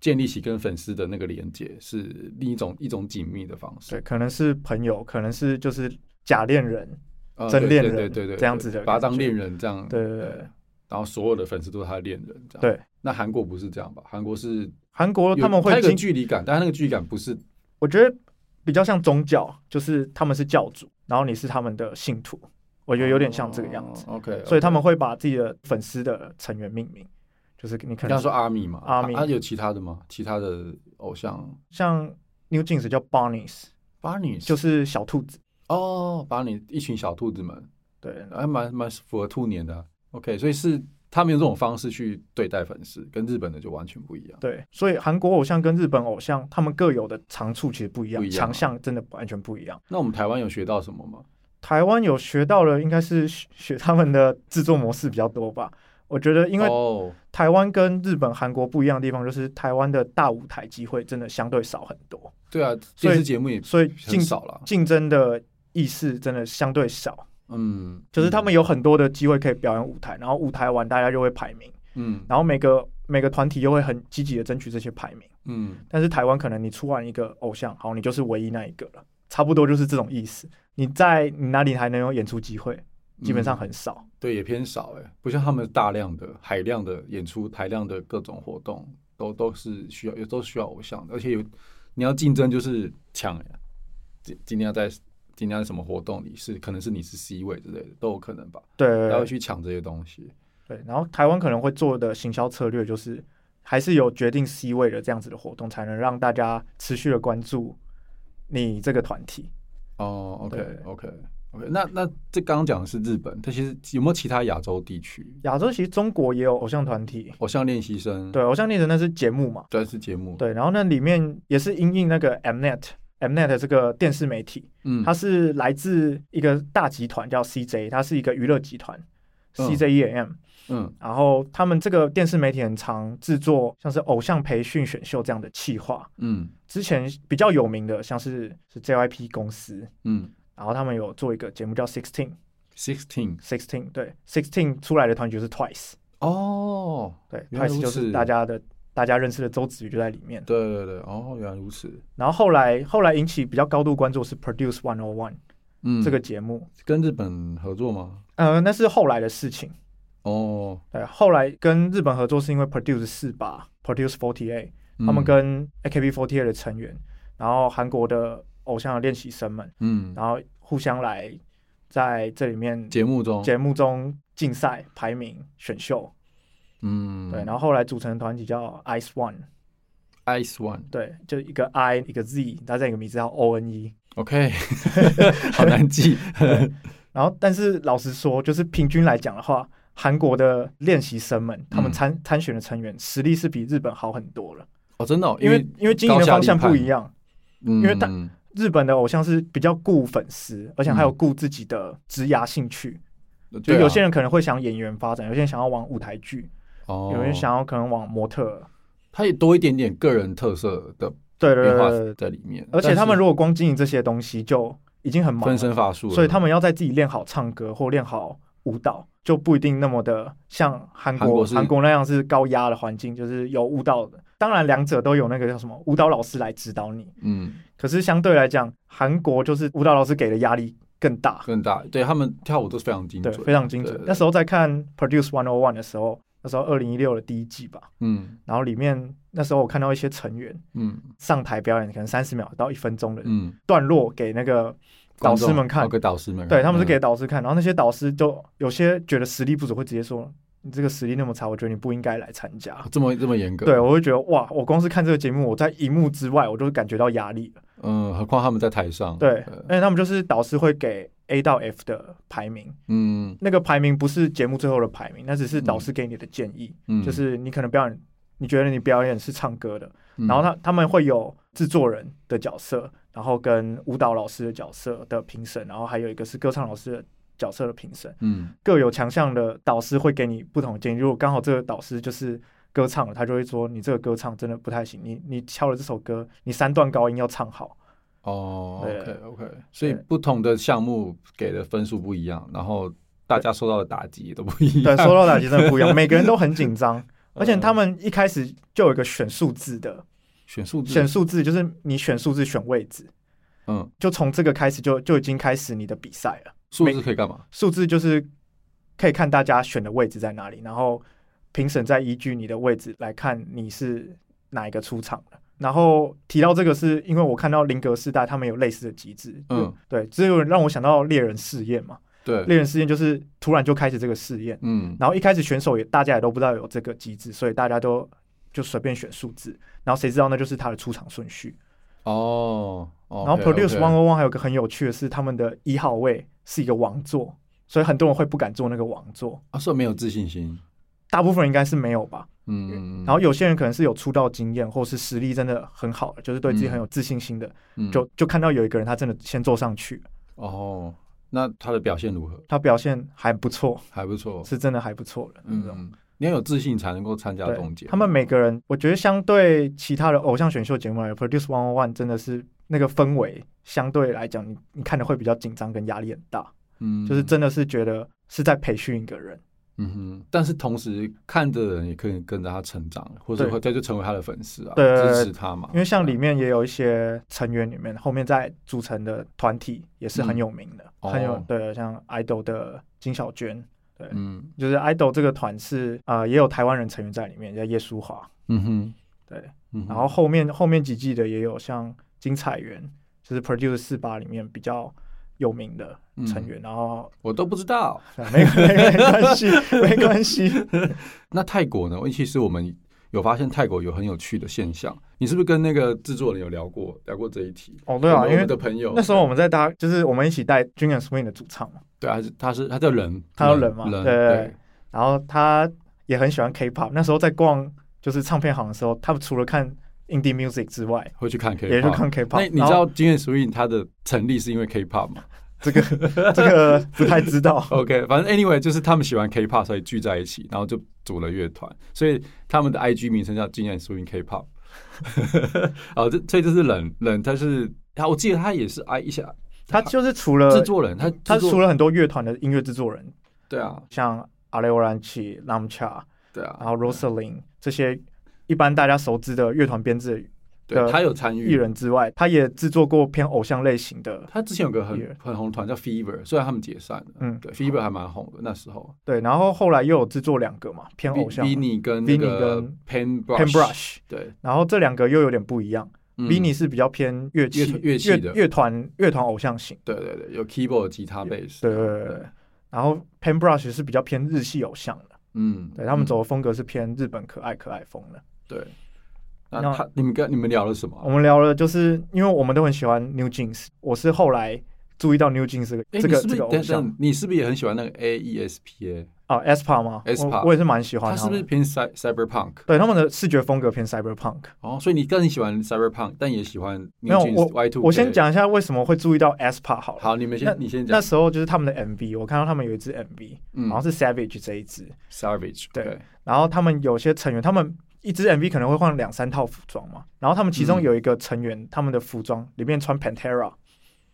Speaker 1: 建立起跟粉丝的那个连接是另一种一种紧密的方式
Speaker 2: 对，。可能是朋友，可能是就是假恋人，
Speaker 1: 呃
Speaker 2: 真
Speaker 1: 对
Speaker 2: 恋
Speaker 1: 对
Speaker 2: 人
Speaker 1: 对对对，
Speaker 2: 这样子的
Speaker 1: 把他当
Speaker 2: 感觉
Speaker 1: 恋人这样。
Speaker 2: 对对对对。
Speaker 1: 然后所有的粉丝都是他的恋人，这样。
Speaker 2: 对。
Speaker 1: 那韩国不是这样吧？韩国是
Speaker 2: 韩国他们
Speaker 1: 有
Speaker 2: 会
Speaker 1: 有个
Speaker 2: 经，
Speaker 1: 距离感，但他那个距离感不是
Speaker 2: 我觉得比较像宗教，就是他们是教主，然后你是他们的信徒，我觉得有点像这个样子，
Speaker 1: 哦 OK，
Speaker 2: 所以他们会把自己的粉丝的成员命名，就是你
Speaker 1: 你
Speaker 2: 可能
Speaker 1: 刚说阿米嘛，
Speaker 2: 阿米
Speaker 1: 啊有其他的吗？其他的偶像
Speaker 2: 像 New Jeans 叫 Bunnies，
Speaker 1: 巴尼是
Speaker 2: 就是小兔子，
Speaker 1: 哦，把你一群小兔子们，
Speaker 2: 对
Speaker 1: 还蛮蛮符合兔年的啊、OK，所以是他们用这种方式去对待粉丝，跟日本的就完全不一样。
Speaker 2: 对，所以韩国偶像跟日本偶像他们各有的长处其实不一样，
Speaker 1: 不一样啊
Speaker 2: 强项真的完全不一样。
Speaker 1: 那我们台湾有学到什么吗？
Speaker 2: 台湾有学到的应该是学学他们的制作模式比较多吧。我觉得，因为
Speaker 1: 哦，
Speaker 2: 台湾跟日本、韩国不一样的地方，就是台湾的大舞台机会真的相对少很多，
Speaker 1: 对啊，
Speaker 2: 以
Speaker 1: 电视节目也
Speaker 2: 所以竞
Speaker 1: 很少了。
Speaker 2: 竞争的意识真的相对少。
Speaker 1: 嗯，
Speaker 2: 就是他们有很多的机会可以表演舞台，然后舞台完大家就会排名，
Speaker 1: 嗯
Speaker 2: 然后每个每个团体又会很积极的争取这些排名。
Speaker 1: 嗯，
Speaker 2: 但是台湾可能你出完一个偶像，好，你就是唯一那一个了，差不多就是这种意思。你在你哪里还能有演出机会？基本上很少。
Speaker 1: 对，也偏少哎、不像他们大量的、海量的演出、台量的各种活动，都都是需要，也都需要偶像的，而且有你要竞争就是抢、欸，今今天要在今天要在什么活动里是可能是你是 C 位之类的都有可能吧，
Speaker 2: 对
Speaker 1: 他
Speaker 2: 对
Speaker 1: 会去抢这些东西。
Speaker 2: 对，然后台湾可能会做的行销策略就是，还是有决定 C 位的这样子的活动，才能让大家持续的关注你这个团体。
Speaker 1: 哦，OK
Speaker 2: 对
Speaker 1: OK OK，那那这刚刚讲的是日本，但其实有没有其他亚洲地区
Speaker 2: 亚洲其实中国也有偶像团体，
Speaker 1: 偶像练习生？
Speaker 2: 对，偶像练习生那是节目嘛，
Speaker 1: 专是节目，，
Speaker 2: 对，然后那里面也是因应那个 Mnet。Mnet 这个电视媒体，
Speaker 1: 嗯，
Speaker 2: 它是来自一个大集团叫 CJ，它是一个娱乐集团
Speaker 1: 嗯
Speaker 2: CJEM，、
Speaker 1: 嗯
Speaker 2: 然后他们这个电视媒体很常制作像是偶像培训选秀这样的企划，
Speaker 1: 嗯
Speaker 2: 之前比较有名的像是是 JYP 公司，
Speaker 1: 嗯
Speaker 2: 然后他们有做一个节目叫 Sixteen
Speaker 1: ，Sixteen，
Speaker 2: Sixteen，对 Sixteen 出来的团体就是 Twice，
Speaker 1: 哦，
Speaker 2: 对
Speaker 1: 原来如
Speaker 2: ，Twice
Speaker 1: 此
Speaker 2: 就是大家的大家认识的周子瑜就在里面。
Speaker 1: 对对对，哦，原来如此，
Speaker 2: 然后后来后来引起比较高度关注是 Produce One O One
Speaker 1: 嗯，
Speaker 2: 这个节目，
Speaker 1: 跟日本合作吗？
Speaker 2: 呃，那是后来的事情。
Speaker 1: 哦，
Speaker 2: 对，后来跟日本合作是因为 Produce 四八 Produce Forty Eight
Speaker 1: 嗯
Speaker 2: 他们跟 AKB48 的成员，然后韩国的偶像的练习生们，
Speaker 1: 嗯
Speaker 2: 然后互相来在这里面
Speaker 1: 节目中，
Speaker 2: 节目中竞赛、排名、选秀，
Speaker 1: 嗯，
Speaker 2: 对，然后后来组成的团体叫 Ice One，
Speaker 1: Ice One，OK，、
Speaker 2: 对，就一个 I 一个 Z，它再一个名字叫 O N E。
Speaker 1: OK，好难记，
Speaker 2: 然后，但是老实说，就是平均来讲的话，韩国的练习生们，他们
Speaker 1: 嗯
Speaker 2: 参、参选的成员实力是比日本好很多了，
Speaker 1: 哦，真的哦、
Speaker 2: 因为因为经营的方向不一样。
Speaker 1: 因
Speaker 2: 为大
Speaker 1: 嗯、
Speaker 2: 日本的偶像是比较顾粉丝，而且还有
Speaker 1: 嗯
Speaker 2: 顾自己的职涯兴趣。就
Speaker 1: 对啊
Speaker 2: 有些人可能会想演员发展，有些人想要往舞台剧，
Speaker 1: 哦，
Speaker 2: 有人想要可能往模特儿。
Speaker 1: 他也多一点点个人特色的
Speaker 2: 对对
Speaker 1: 变化
Speaker 2: 对对。
Speaker 1: 在里面，
Speaker 2: 而且他们
Speaker 1: 如
Speaker 2: 如果光经营这些东西，就已经很忙
Speaker 1: 分
Speaker 2: 了，
Speaker 1: 身乏术了，
Speaker 2: 所以他们要在自己练好唱歌或练好舞蹈，就不一定那么的像韩
Speaker 1: 韩
Speaker 2: 国
Speaker 1: 国是
Speaker 2: 韩国那样是高压的环境，就是有舞蹈的当然两者都有那个叫什么舞蹈老师来指导你，
Speaker 1: 嗯，
Speaker 2: 可是相对来讲，韩国就是舞蹈老师给的压力更大，
Speaker 1: 更大，对他们跳舞都是非常精
Speaker 2: 对，
Speaker 1: 准，
Speaker 2: 非常精准
Speaker 1: 对。
Speaker 2: 那时候在看 Produce One O One 的时候，那时候二零一六的第一季吧，
Speaker 1: 嗯
Speaker 2: 然后里面那时候我看到一些成员
Speaker 1: 嗯
Speaker 2: 上台表演，可能三十秒到一分钟的
Speaker 1: 嗯，
Speaker 2: 段落给那个导师们看
Speaker 1: 哦，给导师们看，
Speaker 2: 对，他们是给
Speaker 1: 嗯
Speaker 2: 导师看，然后那些导师就有些觉得实力不足，会直接说你这个实力那么差，我觉得你不应该来参加。
Speaker 1: 哦这么这么严格，
Speaker 2: 对，，我会觉得哇，我光是看这个节目，我在荧幕之外，我就感觉到压力了。
Speaker 1: 嗯，何况他们在台上，呃
Speaker 2: 对，而且他们就是导师会给 A 到 F 的排名，
Speaker 1: 嗯
Speaker 2: 那个排名不是节目最后的排名，那只是导师给你的建议，
Speaker 1: 嗯，
Speaker 2: 就是你可能表演，你觉得你表演是唱歌的，
Speaker 1: 嗯，
Speaker 2: 然后他他们会有制作人的角色，然后跟舞蹈老师的角色的评审，然后还有一个是歌唱老师的角色的评审。
Speaker 1: 嗯
Speaker 2: 各有强项的导师会给你不同的建议。如果刚好这个导师就是歌唱了，他就会说你这个歌唱真的不太行，你你敲了这首歌，你三段高音要唱好。
Speaker 1: 哦
Speaker 2: 对
Speaker 1: ，OK OK，所以不同的项目给的分数不一样，然后大家受到的打击也都不一样，，
Speaker 2: 对
Speaker 1: 嗯
Speaker 2: 说到打击真的不一样，每个人都很紧 张，而且他
Speaker 1: 们
Speaker 2: 们一开始就有一个选数字的，
Speaker 1: 选数字
Speaker 2: 选，数字就是你选数字选位置，
Speaker 1: 嗯，
Speaker 2: 就从这个开始就就已经开始你的比赛了。
Speaker 1: 数字可以干嘛？
Speaker 2: 数字就是可以看大家选的位置在哪里，然后评审再依据你的位置来看你是哪一个出场的。然后提到这个，是因为我看到林格世代他们有类似的机制，
Speaker 1: 嗯，
Speaker 2: 对，这就让我想到猎人试验嘛。
Speaker 1: 对，
Speaker 2: 猎人试验就是突然就开始这个试验，
Speaker 1: 嗯
Speaker 2: 然后一开始选手也大家也都不知道有这个机制，所以大家都就随便选数字，然后谁知道那就是他的出场顺序。
Speaker 1: 哦，然
Speaker 2: 然后 Produce One O One 还有个很有趣的是，他们的一号位是一个王座，所以很多人会不敢做那个王座，
Speaker 1: 啊，是没有自信心，
Speaker 2: 大部分人应该是没有吧。
Speaker 1: 嗯，
Speaker 2: 然后有些人可能是有出道经验，或是实力真的很好，就是对自己很有自信心的，
Speaker 1: 嗯
Speaker 2: 就就看到有一个人他真的先坐上去，
Speaker 1: 哦，那他的表现如何？
Speaker 2: 他表现还不错，
Speaker 1: 还不错，
Speaker 2: 是真的还不错的那种。
Speaker 1: 嗯，你要有自信才能够参加这种节
Speaker 2: 对，
Speaker 1: 目。
Speaker 2: 他们每个人，我觉得相对其他的偶像选秀节目来，Produce One One 真的是那个氛围相对来讲，你你看的会比较紧张跟压力很大。
Speaker 1: 嗯
Speaker 2: 就是，真的是觉得是在培训一个人。
Speaker 1: 嗯哼，但是同时看的人也可以跟着他成长，或者
Speaker 2: 对
Speaker 1: 会他就成为他的粉丝啊，
Speaker 2: 对对对
Speaker 1: 支持他嘛。
Speaker 2: 因为像里面也有一些成员里面，后面在组成的团体也是很有名的，
Speaker 1: 嗯
Speaker 2: 很有
Speaker 1: 哦
Speaker 2: 对，像 idol 的金小娟，
Speaker 1: 嗯
Speaker 2: 就是 idol 这个团是呃也有台湾人成员在里面，叫叶舒华，
Speaker 1: 嗯哼，
Speaker 2: 对，
Speaker 1: 嗯哼
Speaker 2: 然后后面后面几季的也有像金彩媛，就是 Produce 四八里面比较有名的
Speaker 1: 嗯
Speaker 2: 成员，然后
Speaker 1: 我都不知道。
Speaker 2: 对没没没关系， 没关系，
Speaker 1: 那泰国呢？其实我们有发现泰国有很有趣的现象，你是不是跟那个制作人有聊过聊过这一题？
Speaker 2: 哦对啊，
Speaker 1: 我们我
Speaker 2: 因为
Speaker 1: 们的朋友
Speaker 2: 那时候我们在搭，就是我们一起带 Jun and Swing 的主唱嘛。
Speaker 1: 对，还是他是他叫人，
Speaker 2: 他叫人嘛
Speaker 1: 人
Speaker 2: 对然后他也很喜欢 K-pop。那时候在逛就是唱片行的时候，他除了看 indie music 之外，
Speaker 1: 会去看 K，
Speaker 2: 也去看
Speaker 1: 那
Speaker 2: K-pop。
Speaker 1: 你知道《经验属于它的成立是因为 K-pop 吗？
Speaker 2: 这个这个不太知道
Speaker 1: ？OK，反正 anyway 就是他们喜欢 K-pop，所以聚在一起，然后就组了乐团，所以他们的 IG 名称叫《经验属于 K-pop》。哦，这所以这是冷冷，他是他，我记得他也是 I 一下
Speaker 2: 他就是除了
Speaker 1: 制作人，他
Speaker 2: 呃嗯他
Speaker 1: 制作
Speaker 2: 除了很多乐团的音乐制作人，
Speaker 1: 对啊
Speaker 2: 像 a l e o r a n c h i Lamcha，
Speaker 1: 对
Speaker 2: 然
Speaker 1: 啊，
Speaker 2: 后 Rosaline 这些一般大家熟知的乐团编制
Speaker 1: 对他有参
Speaker 2: 啊艺
Speaker 1: 与。
Speaker 2: 人之外，他也制作过偏偶像类型的。
Speaker 1: 他之前有个
Speaker 2: 艺人
Speaker 1: 很很红的团叫 Fever，虽然他们解散了，
Speaker 2: 嗯，
Speaker 1: 对 Fever 还蛮红的那时候。
Speaker 2: 对，然后后来又有制作两个嘛，偏偶像
Speaker 1: v i n n 跟那个
Speaker 2: Vinny
Speaker 1: Pen Brush，
Speaker 2: Pen Brush，
Speaker 1: 对
Speaker 2: 然后这两个又有点不一样。
Speaker 1: 嗯
Speaker 2: v i n n 是比较偏乐器、
Speaker 1: 乐乐器的
Speaker 2: 乐团、乐团偶像型，
Speaker 1: 对对对，有 keyboard、吉他、bass，
Speaker 2: 对对对对。然后 Pen Brush 是比较偏日系偶像的，
Speaker 1: 嗯，
Speaker 2: 对他们
Speaker 1: 嗯
Speaker 2: 走的风格是偏日本可爱可爱风的。
Speaker 1: 对。那
Speaker 2: 那哦
Speaker 1: 他你们跟你们聊了什么啊？
Speaker 2: 我们聊了，就是因为我们都很喜欢 New Jeans，我是后来注意到 New Jeans 这个、
Speaker 1: 诶
Speaker 2: 这个
Speaker 1: 你是不
Speaker 2: 这
Speaker 1: 是
Speaker 2: 个偶
Speaker 1: 等
Speaker 2: 像
Speaker 1: 等，你是不是也很喜欢那个 A E S P A？
Speaker 2: 啊 s p a 吗
Speaker 1: aespa
Speaker 2: 我我也是蛮喜欢
Speaker 1: 他
Speaker 2: 他
Speaker 1: 是
Speaker 2: 们
Speaker 1: 不
Speaker 2: 的
Speaker 1: 是偏 cy cyberpunk？
Speaker 2: 对他们的视觉风格偏 cyberpunk。
Speaker 1: 哦，所以你更喜欢 cyberpunk，但也喜欢
Speaker 2: 没有
Speaker 1: New Jeans Y Two。
Speaker 2: 我先，讲一下为什么会注意到 s p a 好了。
Speaker 1: 好，你们先你先
Speaker 2: 那
Speaker 1: 讲。
Speaker 2: 时候就是他们的 MV，我看到他们有一支 MV，、
Speaker 1: 嗯
Speaker 2: 好像是 Savage 这一支，
Speaker 1: ，Savage
Speaker 2: 对
Speaker 1: 对，
Speaker 2: 然后他们有些成员，他们一支 MV 可能会换两三套服装嘛。然后他们其中
Speaker 1: 嗯
Speaker 2: 有一个成员，他们的服装里面穿 Pantera，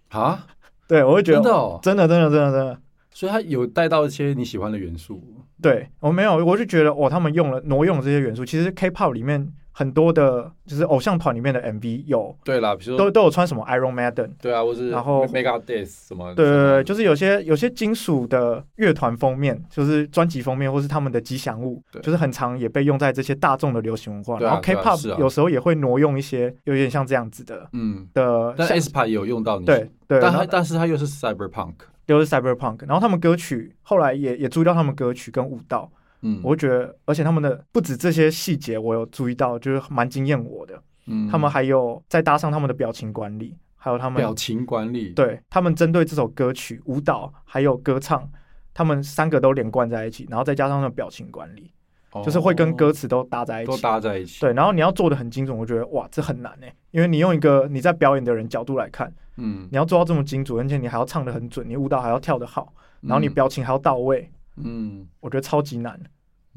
Speaker 1: 啊，
Speaker 2: 对我会觉得
Speaker 1: 真的哦，
Speaker 2: 真的真的真的真的
Speaker 1: 所以他有带到一些你喜欢的元素。
Speaker 2: 对，我没有，我就觉得哦，他们用了挪用了这些元素。其实 K-pop 里面很多的，就是偶像团里面的 MV 有
Speaker 1: 对啦，比如说
Speaker 2: 都都有穿什么 Iron Maiden，
Speaker 1: 对啊，或是
Speaker 2: 然后
Speaker 1: Mega Death 什么，
Speaker 2: 对对对，
Speaker 1: 就
Speaker 2: 就是有些有些金属的乐团封面，就是专辑封面，或是他们的吉祥物
Speaker 1: 对，
Speaker 2: 就是很常也被用在这些大众的流行文化。
Speaker 1: 对啊
Speaker 2: 然后
Speaker 1: 对啊是
Speaker 2: K-pop、
Speaker 1: 啊
Speaker 2: 有时候也会挪用一些，有点像这样子的
Speaker 1: 嗯，
Speaker 2: 的，
Speaker 1: 但
Speaker 2: 像
Speaker 1: S p a 也有用到你，
Speaker 2: 对
Speaker 1: 但
Speaker 2: 对，然后
Speaker 1: 它但是它又是 Cyberpunk，
Speaker 2: 就是 Cyberpunk，然后他们歌曲后来也也注意到他们歌曲跟舞蹈，
Speaker 1: 嗯，
Speaker 2: 我会觉得，而且他们的不止这些细节，我有注意到，就是蛮惊艳我的。
Speaker 1: 嗯
Speaker 2: 他们还有再搭上他们的表情管理，还有他们
Speaker 1: 表情管理，
Speaker 2: 对他们针对这首歌曲、舞蹈还有歌唱，他们三个都连贯在一起，然后再加上他们的表情管理，
Speaker 1: 哦，
Speaker 2: 就是会跟歌词都搭在一
Speaker 1: 都
Speaker 2: 起。
Speaker 1: 搭在一起，
Speaker 2: 对，然后你要做的很精准，我觉得哇，这很难哎，因为你用一个你在表演的人角度来看，
Speaker 1: 嗯，
Speaker 2: 你要做到这么精准，而且你还要唱的很准，你舞蹈还要跳得好，然后你
Speaker 1: 嗯，
Speaker 2: 表情还要到位，
Speaker 1: 嗯
Speaker 2: 我觉得超级难。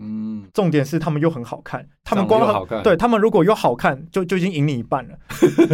Speaker 1: 嗯，
Speaker 2: 重点是他们又很好看，他
Speaker 1: 长
Speaker 2: 们
Speaker 1: 得
Speaker 2: 光
Speaker 1: 又好看
Speaker 2: 对他们如果又好看，就就已经赢你一半 了，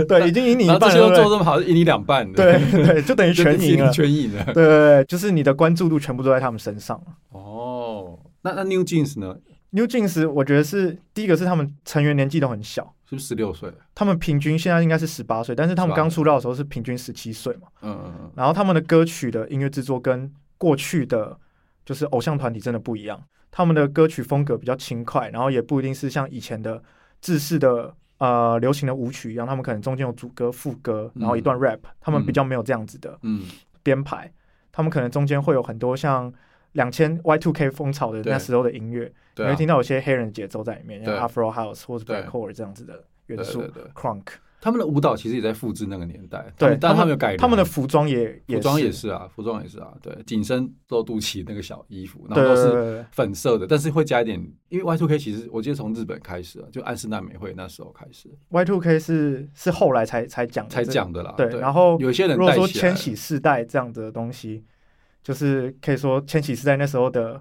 Speaker 2: 对，已经赢你
Speaker 1: 然后这
Speaker 2: 一半
Speaker 1: 些都做
Speaker 2: 了，
Speaker 1: 这么好，赢你两半的，
Speaker 2: 对不对 对，就 等于
Speaker 1: 这
Speaker 2: 全
Speaker 1: 是
Speaker 2: 赢了，
Speaker 1: 全赢了，
Speaker 2: 对对对，就是你的关注度全部都在他们身上。
Speaker 1: 哦，那那 New Jeans 呢？
Speaker 2: New Jeans 我觉得是第一个是他们成员年纪都很小，
Speaker 1: 是不是十六岁？
Speaker 2: 他们平均现在应该是十八岁，但是他们
Speaker 1: 18
Speaker 2: 刚出道的时候是平均十七岁嘛。
Speaker 1: 嗯嗯嗯，
Speaker 2: 然后他们的歌曲的音乐制作跟过去的就是偶像团体真的不一样，他们的歌曲风格比较轻快，然后也不一定是像以前的制式的呃流行的舞曲一样，他们可能中间有主歌、副歌，然后一段 rap，、他们比较没有这样子呃的
Speaker 1: 嗯，
Speaker 2: 编排，他们可能中间会有很多像两千 Y two K 风潮的
Speaker 1: 对
Speaker 2: 那时候的音乐，你
Speaker 1: 对
Speaker 2: 会
Speaker 1: 啊，
Speaker 2: 听到有些黑人节奏在里面，像
Speaker 1: 对啊
Speaker 2: Afro House 或者
Speaker 1: 对
Speaker 2: Blackcore 这样子的元
Speaker 1: 对
Speaker 2: 素
Speaker 1: 对对
Speaker 2: c r u n k
Speaker 1: 他们的舞蹈其实也在复制那个年代，他
Speaker 2: 对
Speaker 1: 们，但
Speaker 2: 他
Speaker 1: 们有改良，
Speaker 2: 他们的服装也
Speaker 1: 服装也是啊，服装也是啊，对，紧身露肚脐那个小衣服，然
Speaker 2: 对
Speaker 1: 后都
Speaker 2: 对对
Speaker 1: 是
Speaker 2: 对对
Speaker 1: 粉色的，但是会加一点，因为 Y two K 其实我记得从日本开始啊，就安室奈美惠那时候开始
Speaker 2: Y two K 是是后来才才讲的
Speaker 1: 才
Speaker 2: 这
Speaker 1: 讲的啦，
Speaker 2: 对
Speaker 1: 对，
Speaker 2: 然后
Speaker 1: 有些人
Speaker 2: 如果
Speaker 1: 带
Speaker 2: 说
Speaker 1: 起来
Speaker 2: 千禧世代这样的东西，就是可以说千禧世代那时候的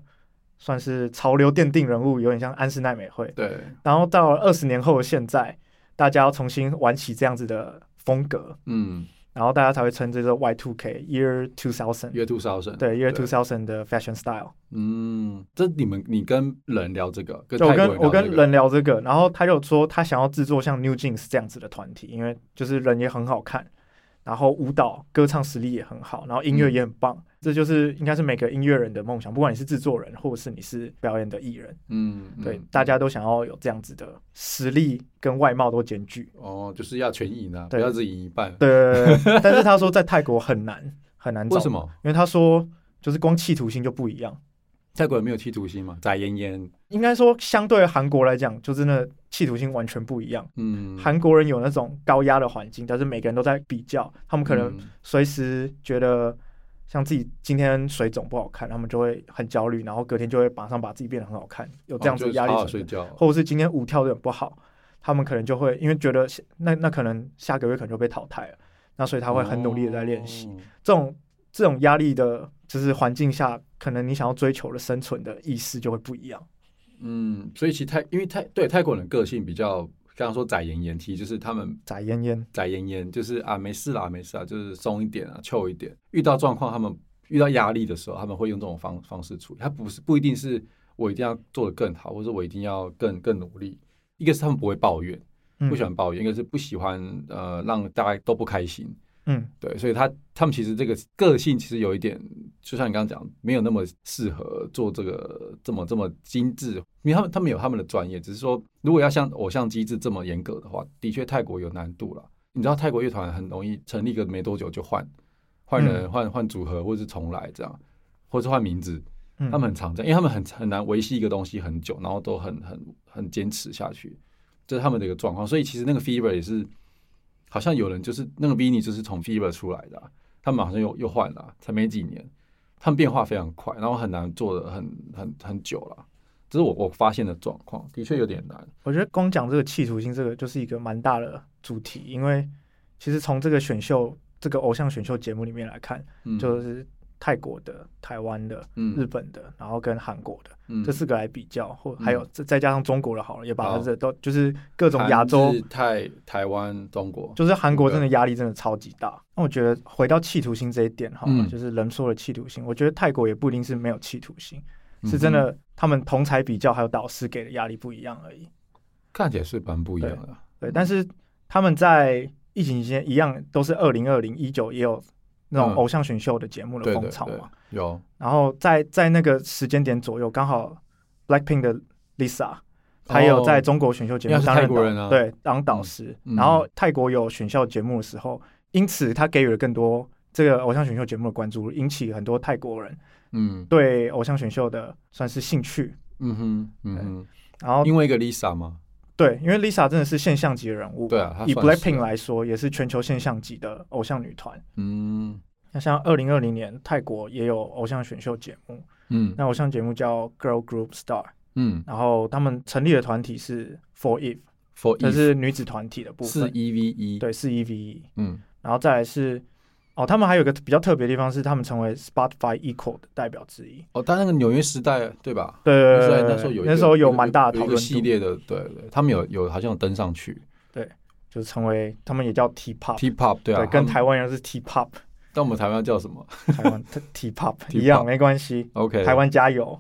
Speaker 2: 算是潮流奠定人物，有点像安室奈美惠。
Speaker 1: 对，
Speaker 2: 然后到二十年后的现在，大家要重新玩起这样子的风格，
Speaker 1: 嗯
Speaker 2: 然后大家才会称这个 Y two K Year Two Thousand，
Speaker 1: ，Year Two Thousand，
Speaker 2: 对 Year Two Thousand 的 fashion style。
Speaker 1: 嗯，这你们你跟人聊这个，跟
Speaker 2: 就我
Speaker 1: 泰国
Speaker 2: 跟
Speaker 1: 人聊这
Speaker 2: 我跟
Speaker 1: 个
Speaker 2: 人聊这个，然后他就说他想要制作像 New Jeans 这样子的团体，因为就是人也很好看，然后舞蹈、歌唱实力也很好，然后音乐也很棒，
Speaker 1: 嗯
Speaker 2: 这就是应该是每个音乐人的梦想，不管你是制作人或者是你是表演的艺人，
Speaker 1: 嗯，嗯
Speaker 2: 对，大家都想要有这样子的实力跟外貌都兼 具。
Speaker 1: 哦，就是要全赢啊，不
Speaker 2: 对
Speaker 1: 要只赢一半，
Speaker 2: 对对对对但是他说在泰国很难很难找，
Speaker 1: 为什？么？
Speaker 2: 因为他说就是光企图心就不一样。
Speaker 1: 泰国人没有剃图心嘛？翟妍妍，
Speaker 2: 应该说，相对韩国来讲，就真的企图心完全不一样。
Speaker 1: 嗯，
Speaker 2: 韩国人有那种高压的环境，但是每个人都在比较，他们可能
Speaker 1: 嗯
Speaker 2: 随时觉得像自己今天水肿不好看，他们就会很焦虑，然后隔天就会马上把自己变得很好看，有这样子的压力
Speaker 1: 哦就是好好
Speaker 2: 存
Speaker 1: 睡
Speaker 2: 在，
Speaker 1: 觉，
Speaker 2: 或者是今天舞跳的很不好，他们可能就会因为觉得下那那可能下个月可能就被淘汰了，那所以他会很努力的在练习。
Speaker 1: 哦
Speaker 2: 这种这种压力的，就是环境下，可能你想要追求的生存的意识就会不一样。
Speaker 1: 嗯，所以其实泰因为泰对泰国人的个性比较，刚刚说宰妍妍，其实就是他们
Speaker 2: 翟嫣嫣，
Speaker 1: 宰妍妍，就是啊没事啦没事啦，就是松一点啊，臭一点。遇到状况，他们遇到压力的时候，他们会用这种方方式处理。他不是不一定是我一定要做得更好，或者我一定要更更努力。一个是他们不会抱怨，
Speaker 2: 嗯
Speaker 1: 不喜欢抱怨；一个是不喜欢呃让大家都不开心。
Speaker 2: 嗯，
Speaker 1: 对，所以他他们其实这个个性其实有一点，就像你刚刚讲，没有那么适合做这个这么这么精致，因为他们他们有他们的专业，只是说如果要像偶像机制这么严格的话，的确泰国有难度了。你知道泰国乐团很容易成立个没多久就换换人、换换组合，或者是重来这样，或是换名字，
Speaker 2: 嗯
Speaker 1: 他们很常这样，因为他们很很难维系一个东西很久，然后都很很很坚持下去，这是他们的一个状况。所以其实那个 Fever 也是，好像有人就是那个 Vini 就是从 Fever 出来的啊、他们好像又又换了啊、才没几年，他们变化非常快，然后很难做的很很很久了。这是我我发现的状况，的确有点难。
Speaker 2: 我觉得光讲这个企图心，这个就是一个蛮大的主题，因为其实从这个选秀、这个偶像选秀节目里面来看，
Speaker 1: 嗯，
Speaker 2: 就是泰国的、台湾的、日
Speaker 1: 嗯
Speaker 2: 本的，然后跟韩国的、
Speaker 1: 嗯
Speaker 2: 这四个来比较，或
Speaker 1: 嗯
Speaker 2: 还有再再加上中国的好了，也把
Speaker 1: 好
Speaker 2: 它这都就是各种
Speaker 1: 韩
Speaker 2: 亚洲
Speaker 1: 日，泰、台湾、中国，
Speaker 2: 就是韩国真的压力真的超级大。那我觉得回到企图心这一点哈，
Speaker 1: 嗯
Speaker 2: 就是人说的企图心，我觉得泰国也不一定是没有企图心，
Speaker 1: 嗯
Speaker 2: 是真的他们同才比较还有导师给的压力不一样而已。
Speaker 1: 看起来是蛮不一样的。
Speaker 2: 对，但是他们在疫情期间一样都是二零二零一九也有那种
Speaker 1: 嗯
Speaker 2: 偶像选秀的节目的
Speaker 1: 对
Speaker 2: 风
Speaker 1: 对
Speaker 2: 潮嘛。
Speaker 1: 对，有
Speaker 2: 然后在在那个时间点左右，刚好 Blackpink 的 Lisa，她也有在中国选秀节
Speaker 1: 哦因为
Speaker 2: 目
Speaker 1: 她
Speaker 2: 担
Speaker 1: 是泰
Speaker 2: 任
Speaker 1: 国人啊
Speaker 2: 导对，当导师。
Speaker 1: 嗯嗯
Speaker 2: 然后泰国有选秀节目的时候，因此她给予了更多这个偶像选秀节目的关注，引起很多泰国人
Speaker 1: 嗯
Speaker 2: 对偶像选秀的算是兴趣。
Speaker 1: 嗯哼嗯哼，
Speaker 2: 然后
Speaker 1: 因为一个 Lisa 吗？
Speaker 2: 对，因为 Lisa 真的是现象级的人物，
Speaker 1: 对啊她
Speaker 2: 以
Speaker 1: 算是
Speaker 2: Blackpink 来说，也是全球现象级的偶像女团。
Speaker 1: 嗯
Speaker 2: 那像二零二零年泰国也有偶像选秀节目，
Speaker 1: 嗯
Speaker 2: 那偶像节目叫 Girl Group Star。
Speaker 1: 嗯
Speaker 2: 然后他们成立的团体是 For Eve，
Speaker 1: ，For
Speaker 2: 这
Speaker 1: E
Speaker 2: 是女子团体的部
Speaker 1: 是
Speaker 2: 分，
Speaker 1: E V E，，
Speaker 2: 对，是 E V E。
Speaker 1: 嗯
Speaker 2: 然后再来是，哦，他们还有一个比较特别的地方是，他们成为 Spotify Equal 的代表之一。
Speaker 1: 哦，但那个纽约时代对吧？
Speaker 2: 对
Speaker 1: 那
Speaker 2: 对
Speaker 1: 时候
Speaker 2: 对对，
Speaker 1: 那时候有一个
Speaker 2: 那时候有蛮大的
Speaker 1: 有
Speaker 2: 讨
Speaker 1: 一个
Speaker 2: 论
Speaker 1: 系
Speaker 2: 度，
Speaker 1: 列的，对对，他们有有好像有登上去
Speaker 2: 就是成为他们也叫 T Pop，
Speaker 1: T pop，对啊，
Speaker 2: 对，
Speaker 1: 他
Speaker 2: 跟
Speaker 1: 们
Speaker 2: 台湾人是 T Pop，
Speaker 1: 但我们台湾叫什么
Speaker 2: 台湾 T Pop
Speaker 1: T-pop
Speaker 2: 一样没关系，
Speaker 1: ？OK，
Speaker 2: 台湾 加油。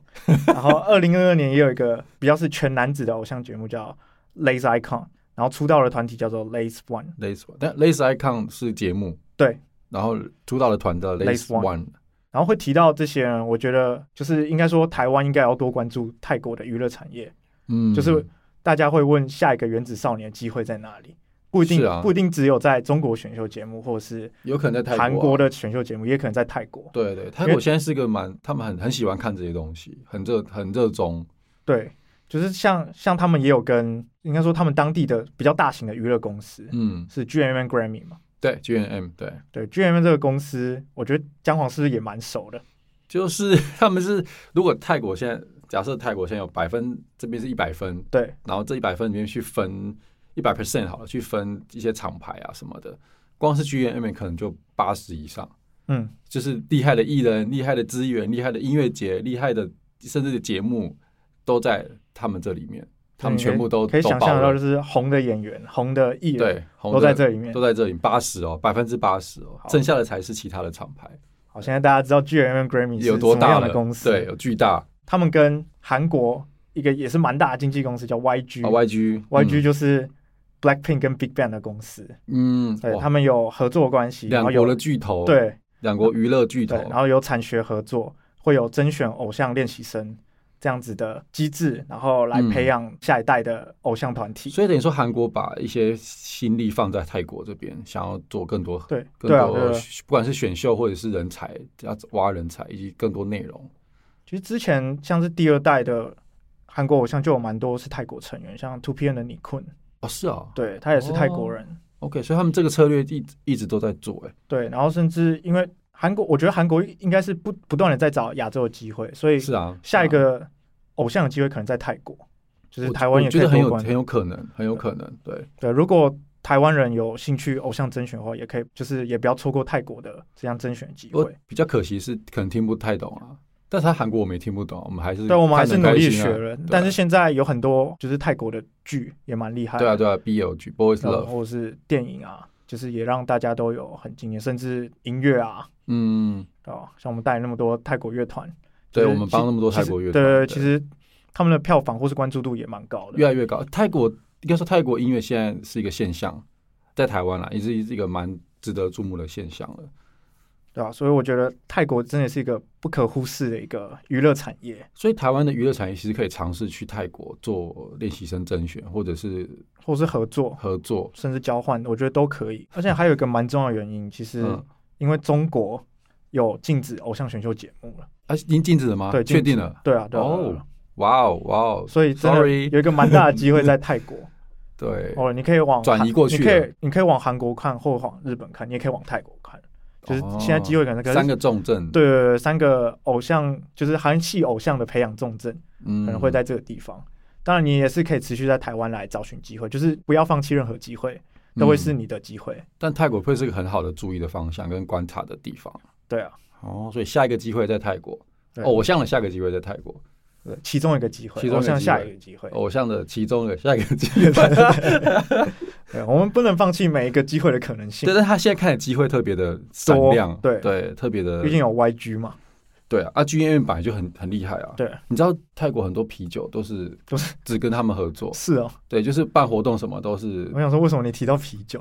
Speaker 2: 然后二零二二年也有一个比较是全男子的偶像节目叫 Lace Icon，然后出道的团体叫做 Lace One。
Speaker 1: Lace One，但 Lace Icon 是节目，
Speaker 2: 对，
Speaker 1: 然后出道的团的
Speaker 2: Lace
Speaker 1: Lace
Speaker 2: One
Speaker 1: One，
Speaker 2: 然后会提到这些人，我觉得就是应该说台湾应该要多关注泰国的娱乐产业，
Speaker 1: 嗯，
Speaker 2: 就是大家会问下一个原子少年的机会在哪里，不一定、
Speaker 1: 是啊
Speaker 2: 不一定只有在中国选秀节目或者是
Speaker 1: 有可能在泰
Speaker 2: 韩
Speaker 1: 国
Speaker 2: 国
Speaker 1: 啊。
Speaker 2: 的选秀节目，也可能在泰国。
Speaker 1: 对对，泰
Speaker 2: 因
Speaker 1: 国
Speaker 2: 为
Speaker 1: 现在是个蛮，他们很很喜欢看这些东西，很热很热衷。
Speaker 2: 对，就是像像他们也有跟应该说他们当地的比较大型的娱乐公司、
Speaker 1: 嗯，
Speaker 2: 是 GMM Grammy 嘛，
Speaker 1: 对，G N M，对，
Speaker 2: 对 GMM 这个公司，我觉得姜黄是不是也蛮熟的？
Speaker 1: 就是 他们是如果泰国现在假设泰国现在有百分这边是一百分，
Speaker 2: 对
Speaker 1: 然后这一百分里面去分一百 percent 好了，去分一些厂牌啊什么的，光是 G N M 可能就八十以上。
Speaker 2: 嗯，
Speaker 1: 就是厉害的艺人、厉害的资源、厉害的音乐节、厉害的甚至的节目，都在他们这里面，他们全部都
Speaker 2: 可以
Speaker 1: 都
Speaker 2: 想
Speaker 1: 包
Speaker 2: 象得到，
Speaker 1: 了
Speaker 2: 就是红的演员、红的艺人
Speaker 1: 对，红
Speaker 2: 都
Speaker 1: 的
Speaker 2: 在这里面
Speaker 1: 都。在这里，八十哦，百分之八十哦
Speaker 2: 好，
Speaker 1: 剩下的才是其他的厂牌
Speaker 2: 好，现在大家知道 GMM Grammy 是
Speaker 1: 有多
Speaker 2: 什么
Speaker 1: 大
Speaker 2: 样
Speaker 1: 了
Speaker 2: 的公司？
Speaker 1: 对，，有巨大啊
Speaker 2: 他们跟韩国一个也是蛮大的经纪公司叫
Speaker 1: 啊哦
Speaker 2: YG，YG、
Speaker 1: ，YG
Speaker 2: YG 就是 Blackpink 跟 Big Bang 的公司，
Speaker 1: 嗯，
Speaker 2: 对
Speaker 1: 哇
Speaker 2: 他们有合作关系，然
Speaker 1: 两
Speaker 2: 后
Speaker 1: 国的
Speaker 2: 有
Speaker 1: 巨头，，
Speaker 2: 对
Speaker 1: 两国娱乐巨
Speaker 2: 对
Speaker 1: 头，，
Speaker 2: 然后有产学合作，会有甄选偶像练习生这样子的机制，然后来
Speaker 1: 嗯
Speaker 2: 培养下一代的偶像团体。
Speaker 1: 所以等于说韩国把一些心力放在泰国这边，想要做更多。
Speaker 2: 对
Speaker 1: 更
Speaker 2: 对啊，
Speaker 1: 多
Speaker 2: 对啊，
Speaker 1: 不管是选秀或者是人才，要挖人才以及更多内容。
Speaker 2: 其实之前像是第二代的韩国偶像就有蛮多是泰国成员，像 Two PM 的尼坤，
Speaker 1: 哦，是啊，
Speaker 2: 对他也是泰国
Speaker 1: 哦
Speaker 2: 人。
Speaker 1: OK，所以他们这个策略一直一直都在做、欸，
Speaker 2: 对，然后甚至因为韩国，我觉得韩国应该是不不断的在找亚洲的机会，所以
Speaker 1: 是啊，
Speaker 2: 下一
Speaker 1: 是啊
Speaker 2: 个偶像的机会可能在泰国，就是
Speaker 1: 我
Speaker 2: 台湾也
Speaker 1: 我觉
Speaker 2: 可
Speaker 1: 得
Speaker 2: 以
Speaker 1: 很
Speaker 2: 多
Speaker 1: 有
Speaker 2: 关
Speaker 1: 很。有可能，很有可能，对，
Speaker 2: 对，如果台湾人有兴趣偶像甄选的话，也可以，就是也不要错过泰国的这样甄选机
Speaker 1: 我
Speaker 2: 会。
Speaker 1: 比较可惜是可能听不太懂啊，但是他韩国我们也听不懂，我们还是
Speaker 2: 对，我们还是
Speaker 1: 看
Speaker 2: 努
Speaker 1: 得很
Speaker 2: 力
Speaker 1: 开心
Speaker 2: 学
Speaker 1: 啊
Speaker 2: 了，但是现在有很多就是泰国的剧也蛮厉害
Speaker 1: 对啊
Speaker 2: 的，
Speaker 1: 对啊，BL 剧 Boys
Speaker 2: 然后
Speaker 1: Love，
Speaker 2: 或者是电影啊，就是也让大家都有很惊艳，甚至音乐啊，
Speaker 1: 嗯，
Speaker 2: 对吧？像我们带那么多泰国乐团，
Speaker 1: 对
Speaker 2: 就是
Speaker 1: 我们帮那么多泰国乐
Speaker 2: 其实
Speaker 1: 团，
Speaker 2: 对对对，其实他们的票房或是关注度也蛮高的。
Speaker 1: 越来越高。泰国应该说泰国音乐现在是一个现象，在台湾啦，也是一个蛮值得注目的现象了。
Speaker 2: 对啊，所以我觉得泰国真的是一个不可忽视的一个娱乐产业，
Speaker 1: 所以台湾的娱乐产业其实可以尝试去泰国做练习生甄选，或者是
Speaker 2: 或是合作
Speaker 1: 合作。
Speaker 2: 甚至交换，我觉得都可以。而且还有一个蛮重要的原因，其实
Speaker 1: 嗯
Speaker 2: 因为中国有禁止偶像选秀节目了，
Speaker 1: 啊，已经禁止了吗？
Speaker 2: 对，禁
Speaker 1: 确
Speaker 2: 止
Speaker 1: 定了。
Speaker 2: 对啊，对啊，对啊
Speaker 1: 哦哇哦，哇哦，
Speaker 2: 所以真的
Speaker 1: Sorry
Speaker 2: 有一个蛮大的机会在泰国
Speaker 1: 对，
Speaker 2: 哦，你可以往
Speaker 1: 转
Speaker 2: 韩
Speaker 1: 移过去
Speaker 2: 你可
Speaker 1: 了
Speaker 2: 以你可以往韩国看，或往日本看，你也可以往泰国看，就是现在机会可能可是
Speaker 1: 哦三个重症，，
Speaker 2: 对对对，三个偶像就是韩系偶像的培养重镇，
Speaker 1: 嗯
Speaker 2: 可能会在这个地方。当然，你也是可以持续在台湾来找寻机会，就是不要放弃任何机会，都会是
Speaker 1: 嗯
Speaker 2: 你的机会。
Speaker 1: 但泰国会是个很好的注意的方向跟观察的地方。
Speaker 2: 对啊，
Speaker 1: 哦，所以下一个机会在泰国，
Speaker 2: 对
Speaker 1: 偶像的下一个机会在泰国，
Speaker 2: 对其中一个机会，
Speaker 1: 哦其中一
Speaker 2: 偶
Speaker 1: 个
Speaker 2: 像
Speaker 1: 机
Speaker 2: 下
Speaker 1: 会哦
Speaker 2: 一个机会。
Speaker 1: 偶像的其中的下一个机会在泰国。
Speaker 2: 对，我们不能放弃每一个机会的可能性
Speaker 1: 对，。但他现在看的机会特别的闪亮，
Speaker 2: 多对
Speaker 1: 对，特别的
Speaker 2: 毕，竟有 YG 嘛，
Speaker 1: 对啊，啊，剧院本来就很很厉害啊。
Speaker 2: 对，
Speaker 1: 你知道泰国很多啤酒都是
Speaker 2: 都是
Speaker 1: 只跟他们合作，
Speaker 2: 是哦，
Speaker 1: 对，就是办活动什么都是
Speaker 2: 我想说为什么你提到啤酒？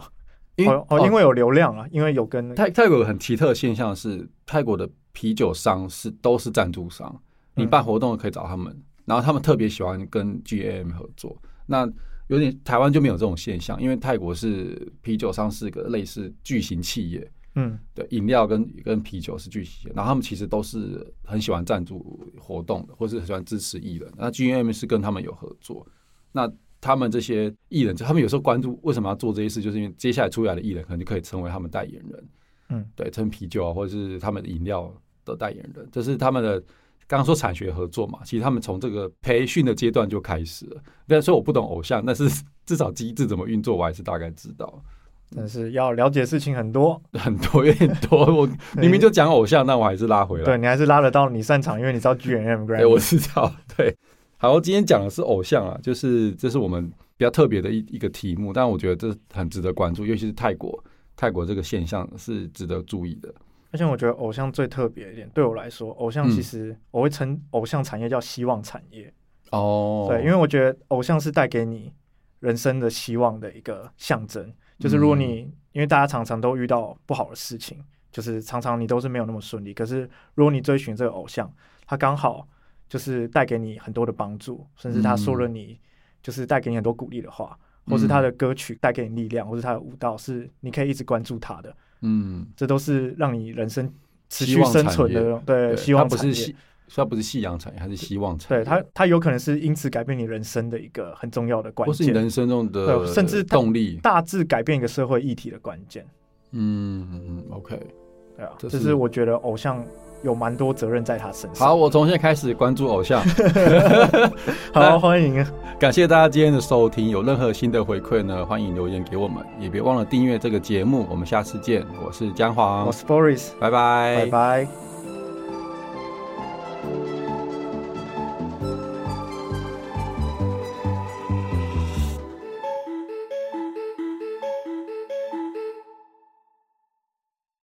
Speaker 1: 因为
Speaker 2: 哦哦，因为有流量啊，因为有跟
Speaker 1: 泰泰国有个很奇特的现象是，泰国的啤酒商是都是赞助商，你
Speaker 2: 嗯
Speaker 1: 办活动可以找他们，然后他们特别喜欢跟 GAM 合作。那有点台湾就没有这种现象，因为泰国是啤酒商是个类似巨型企业，
Speaker 2: 嗯
Speaker 1: 对，饮料跟跟啤酒是巨型，然后他们其实都是很喜欢赞助活动的，或是很喜欢支持艺人。那 GM 是跟他们有合作，那他们这些艺人，他们有时候关注为什么要做这些事，就是因为接下来出来的艺人可能就可以成为他们代言人，
Speaker 2: 嗯，
Speaker 1: 对，成啤酒啊，或者是他们的饮料的代言人，这是他们的。刚刚说产学合作嘛，其实他们从这个培训的阶段就开始了。虽然说我不懂偶像，但是 至少机制怎么运作，我还是大概知道。
Speaker 2: 真的是要了解事情很多，
Speaker 1: 很多有点 多，我明明就讲偶像，但我还是拉回来。
Speaker 2: 对你还是拉得到你擅长，因为你知道 G N M
Speaker 1: 啊对
Speaker 2: Grammy，
Speaker 1: 我知道。 对，好，今天讲的是偶像啊，就是这是我们比较特别的一一个题目，但我觉得这很值得关注，尤其是泰国，泰国这个现象是值得注意的。
Speaker 2: 而且我觉得偶像最特别一点，对我来说，偶
Speaker 1: 嗯
Speaker 2: 像其实我会称偶像产业叫希望产业，
Speaker 1: 哦
Speaker 2: 对，因为我觉得偶像是带给你人生的希望的一个象征。就是
Speaker 1: 嗯
Speaker 2: 如果你、因为大家常常都遇到不好的事情，就是常常你都是没有那么顺利，可是如果你追寻这个偶像，他刚好就是带给你很多的帮助，甚至他说了
Speaker 1: 嗯
Speaker 2: 你、就是带给你很多鼓励的话，或是他的歌曲带给你力量，或是他的舞蹈是你可以一直关注他的，
Speaker 1: 嗯，
Speaker 2: 这都是让你人生持
Speaker 1: 希
Speaker 2: 续
Speaker 1: 望
Speaker 2: 生
Speaker 1: 产
Speaker 2: 存
Speaker 1: 业
Speaker 2: 的对
Speaker 1: 对，
Speaker 2: 呃希望
Speaker 1: 它不
Speaker 2: 产
Speaker 1: 是
Speaker 2: 业
Speaker 1: 夕，它不是夕阳产业，它是希望产
Speaker 2: 对
Speaker 1: 业，
Speaker 2: 它，它有可能是因此改变你人生的一个很重要的关
Speaker 1: 或是你
Speaker 2: 键，
Speaker 1: 人生中的
Speaker 2: 对甚至它
Speaker 1: 动力。
Speaker 2: 大致改变一个社会议题的关键，
Speaker 1: 嗯嗯，OK。
Speaker 2: 对啊，
Speaker 1: 这
Speaker 2: 这
Speaker 1: 是
Speaker 2: 是我觉得偶像有蛮多责任在他身上。
Speaker 1: 好，我从现在开始关注偶像。
Speaker 2: 好，欢迎，
Speaker 1: 感谢大家今天的收听，有任何新的回馈呢，欢迎留言给我们，也别忘了订阅这个节目。我们下次见，我是姜
Speaker 2: 我
Speaker 1: 黄，
Speaker 2: 是 Boris，
Speaker 1: 拜拜
Speaker 2: 拜拜。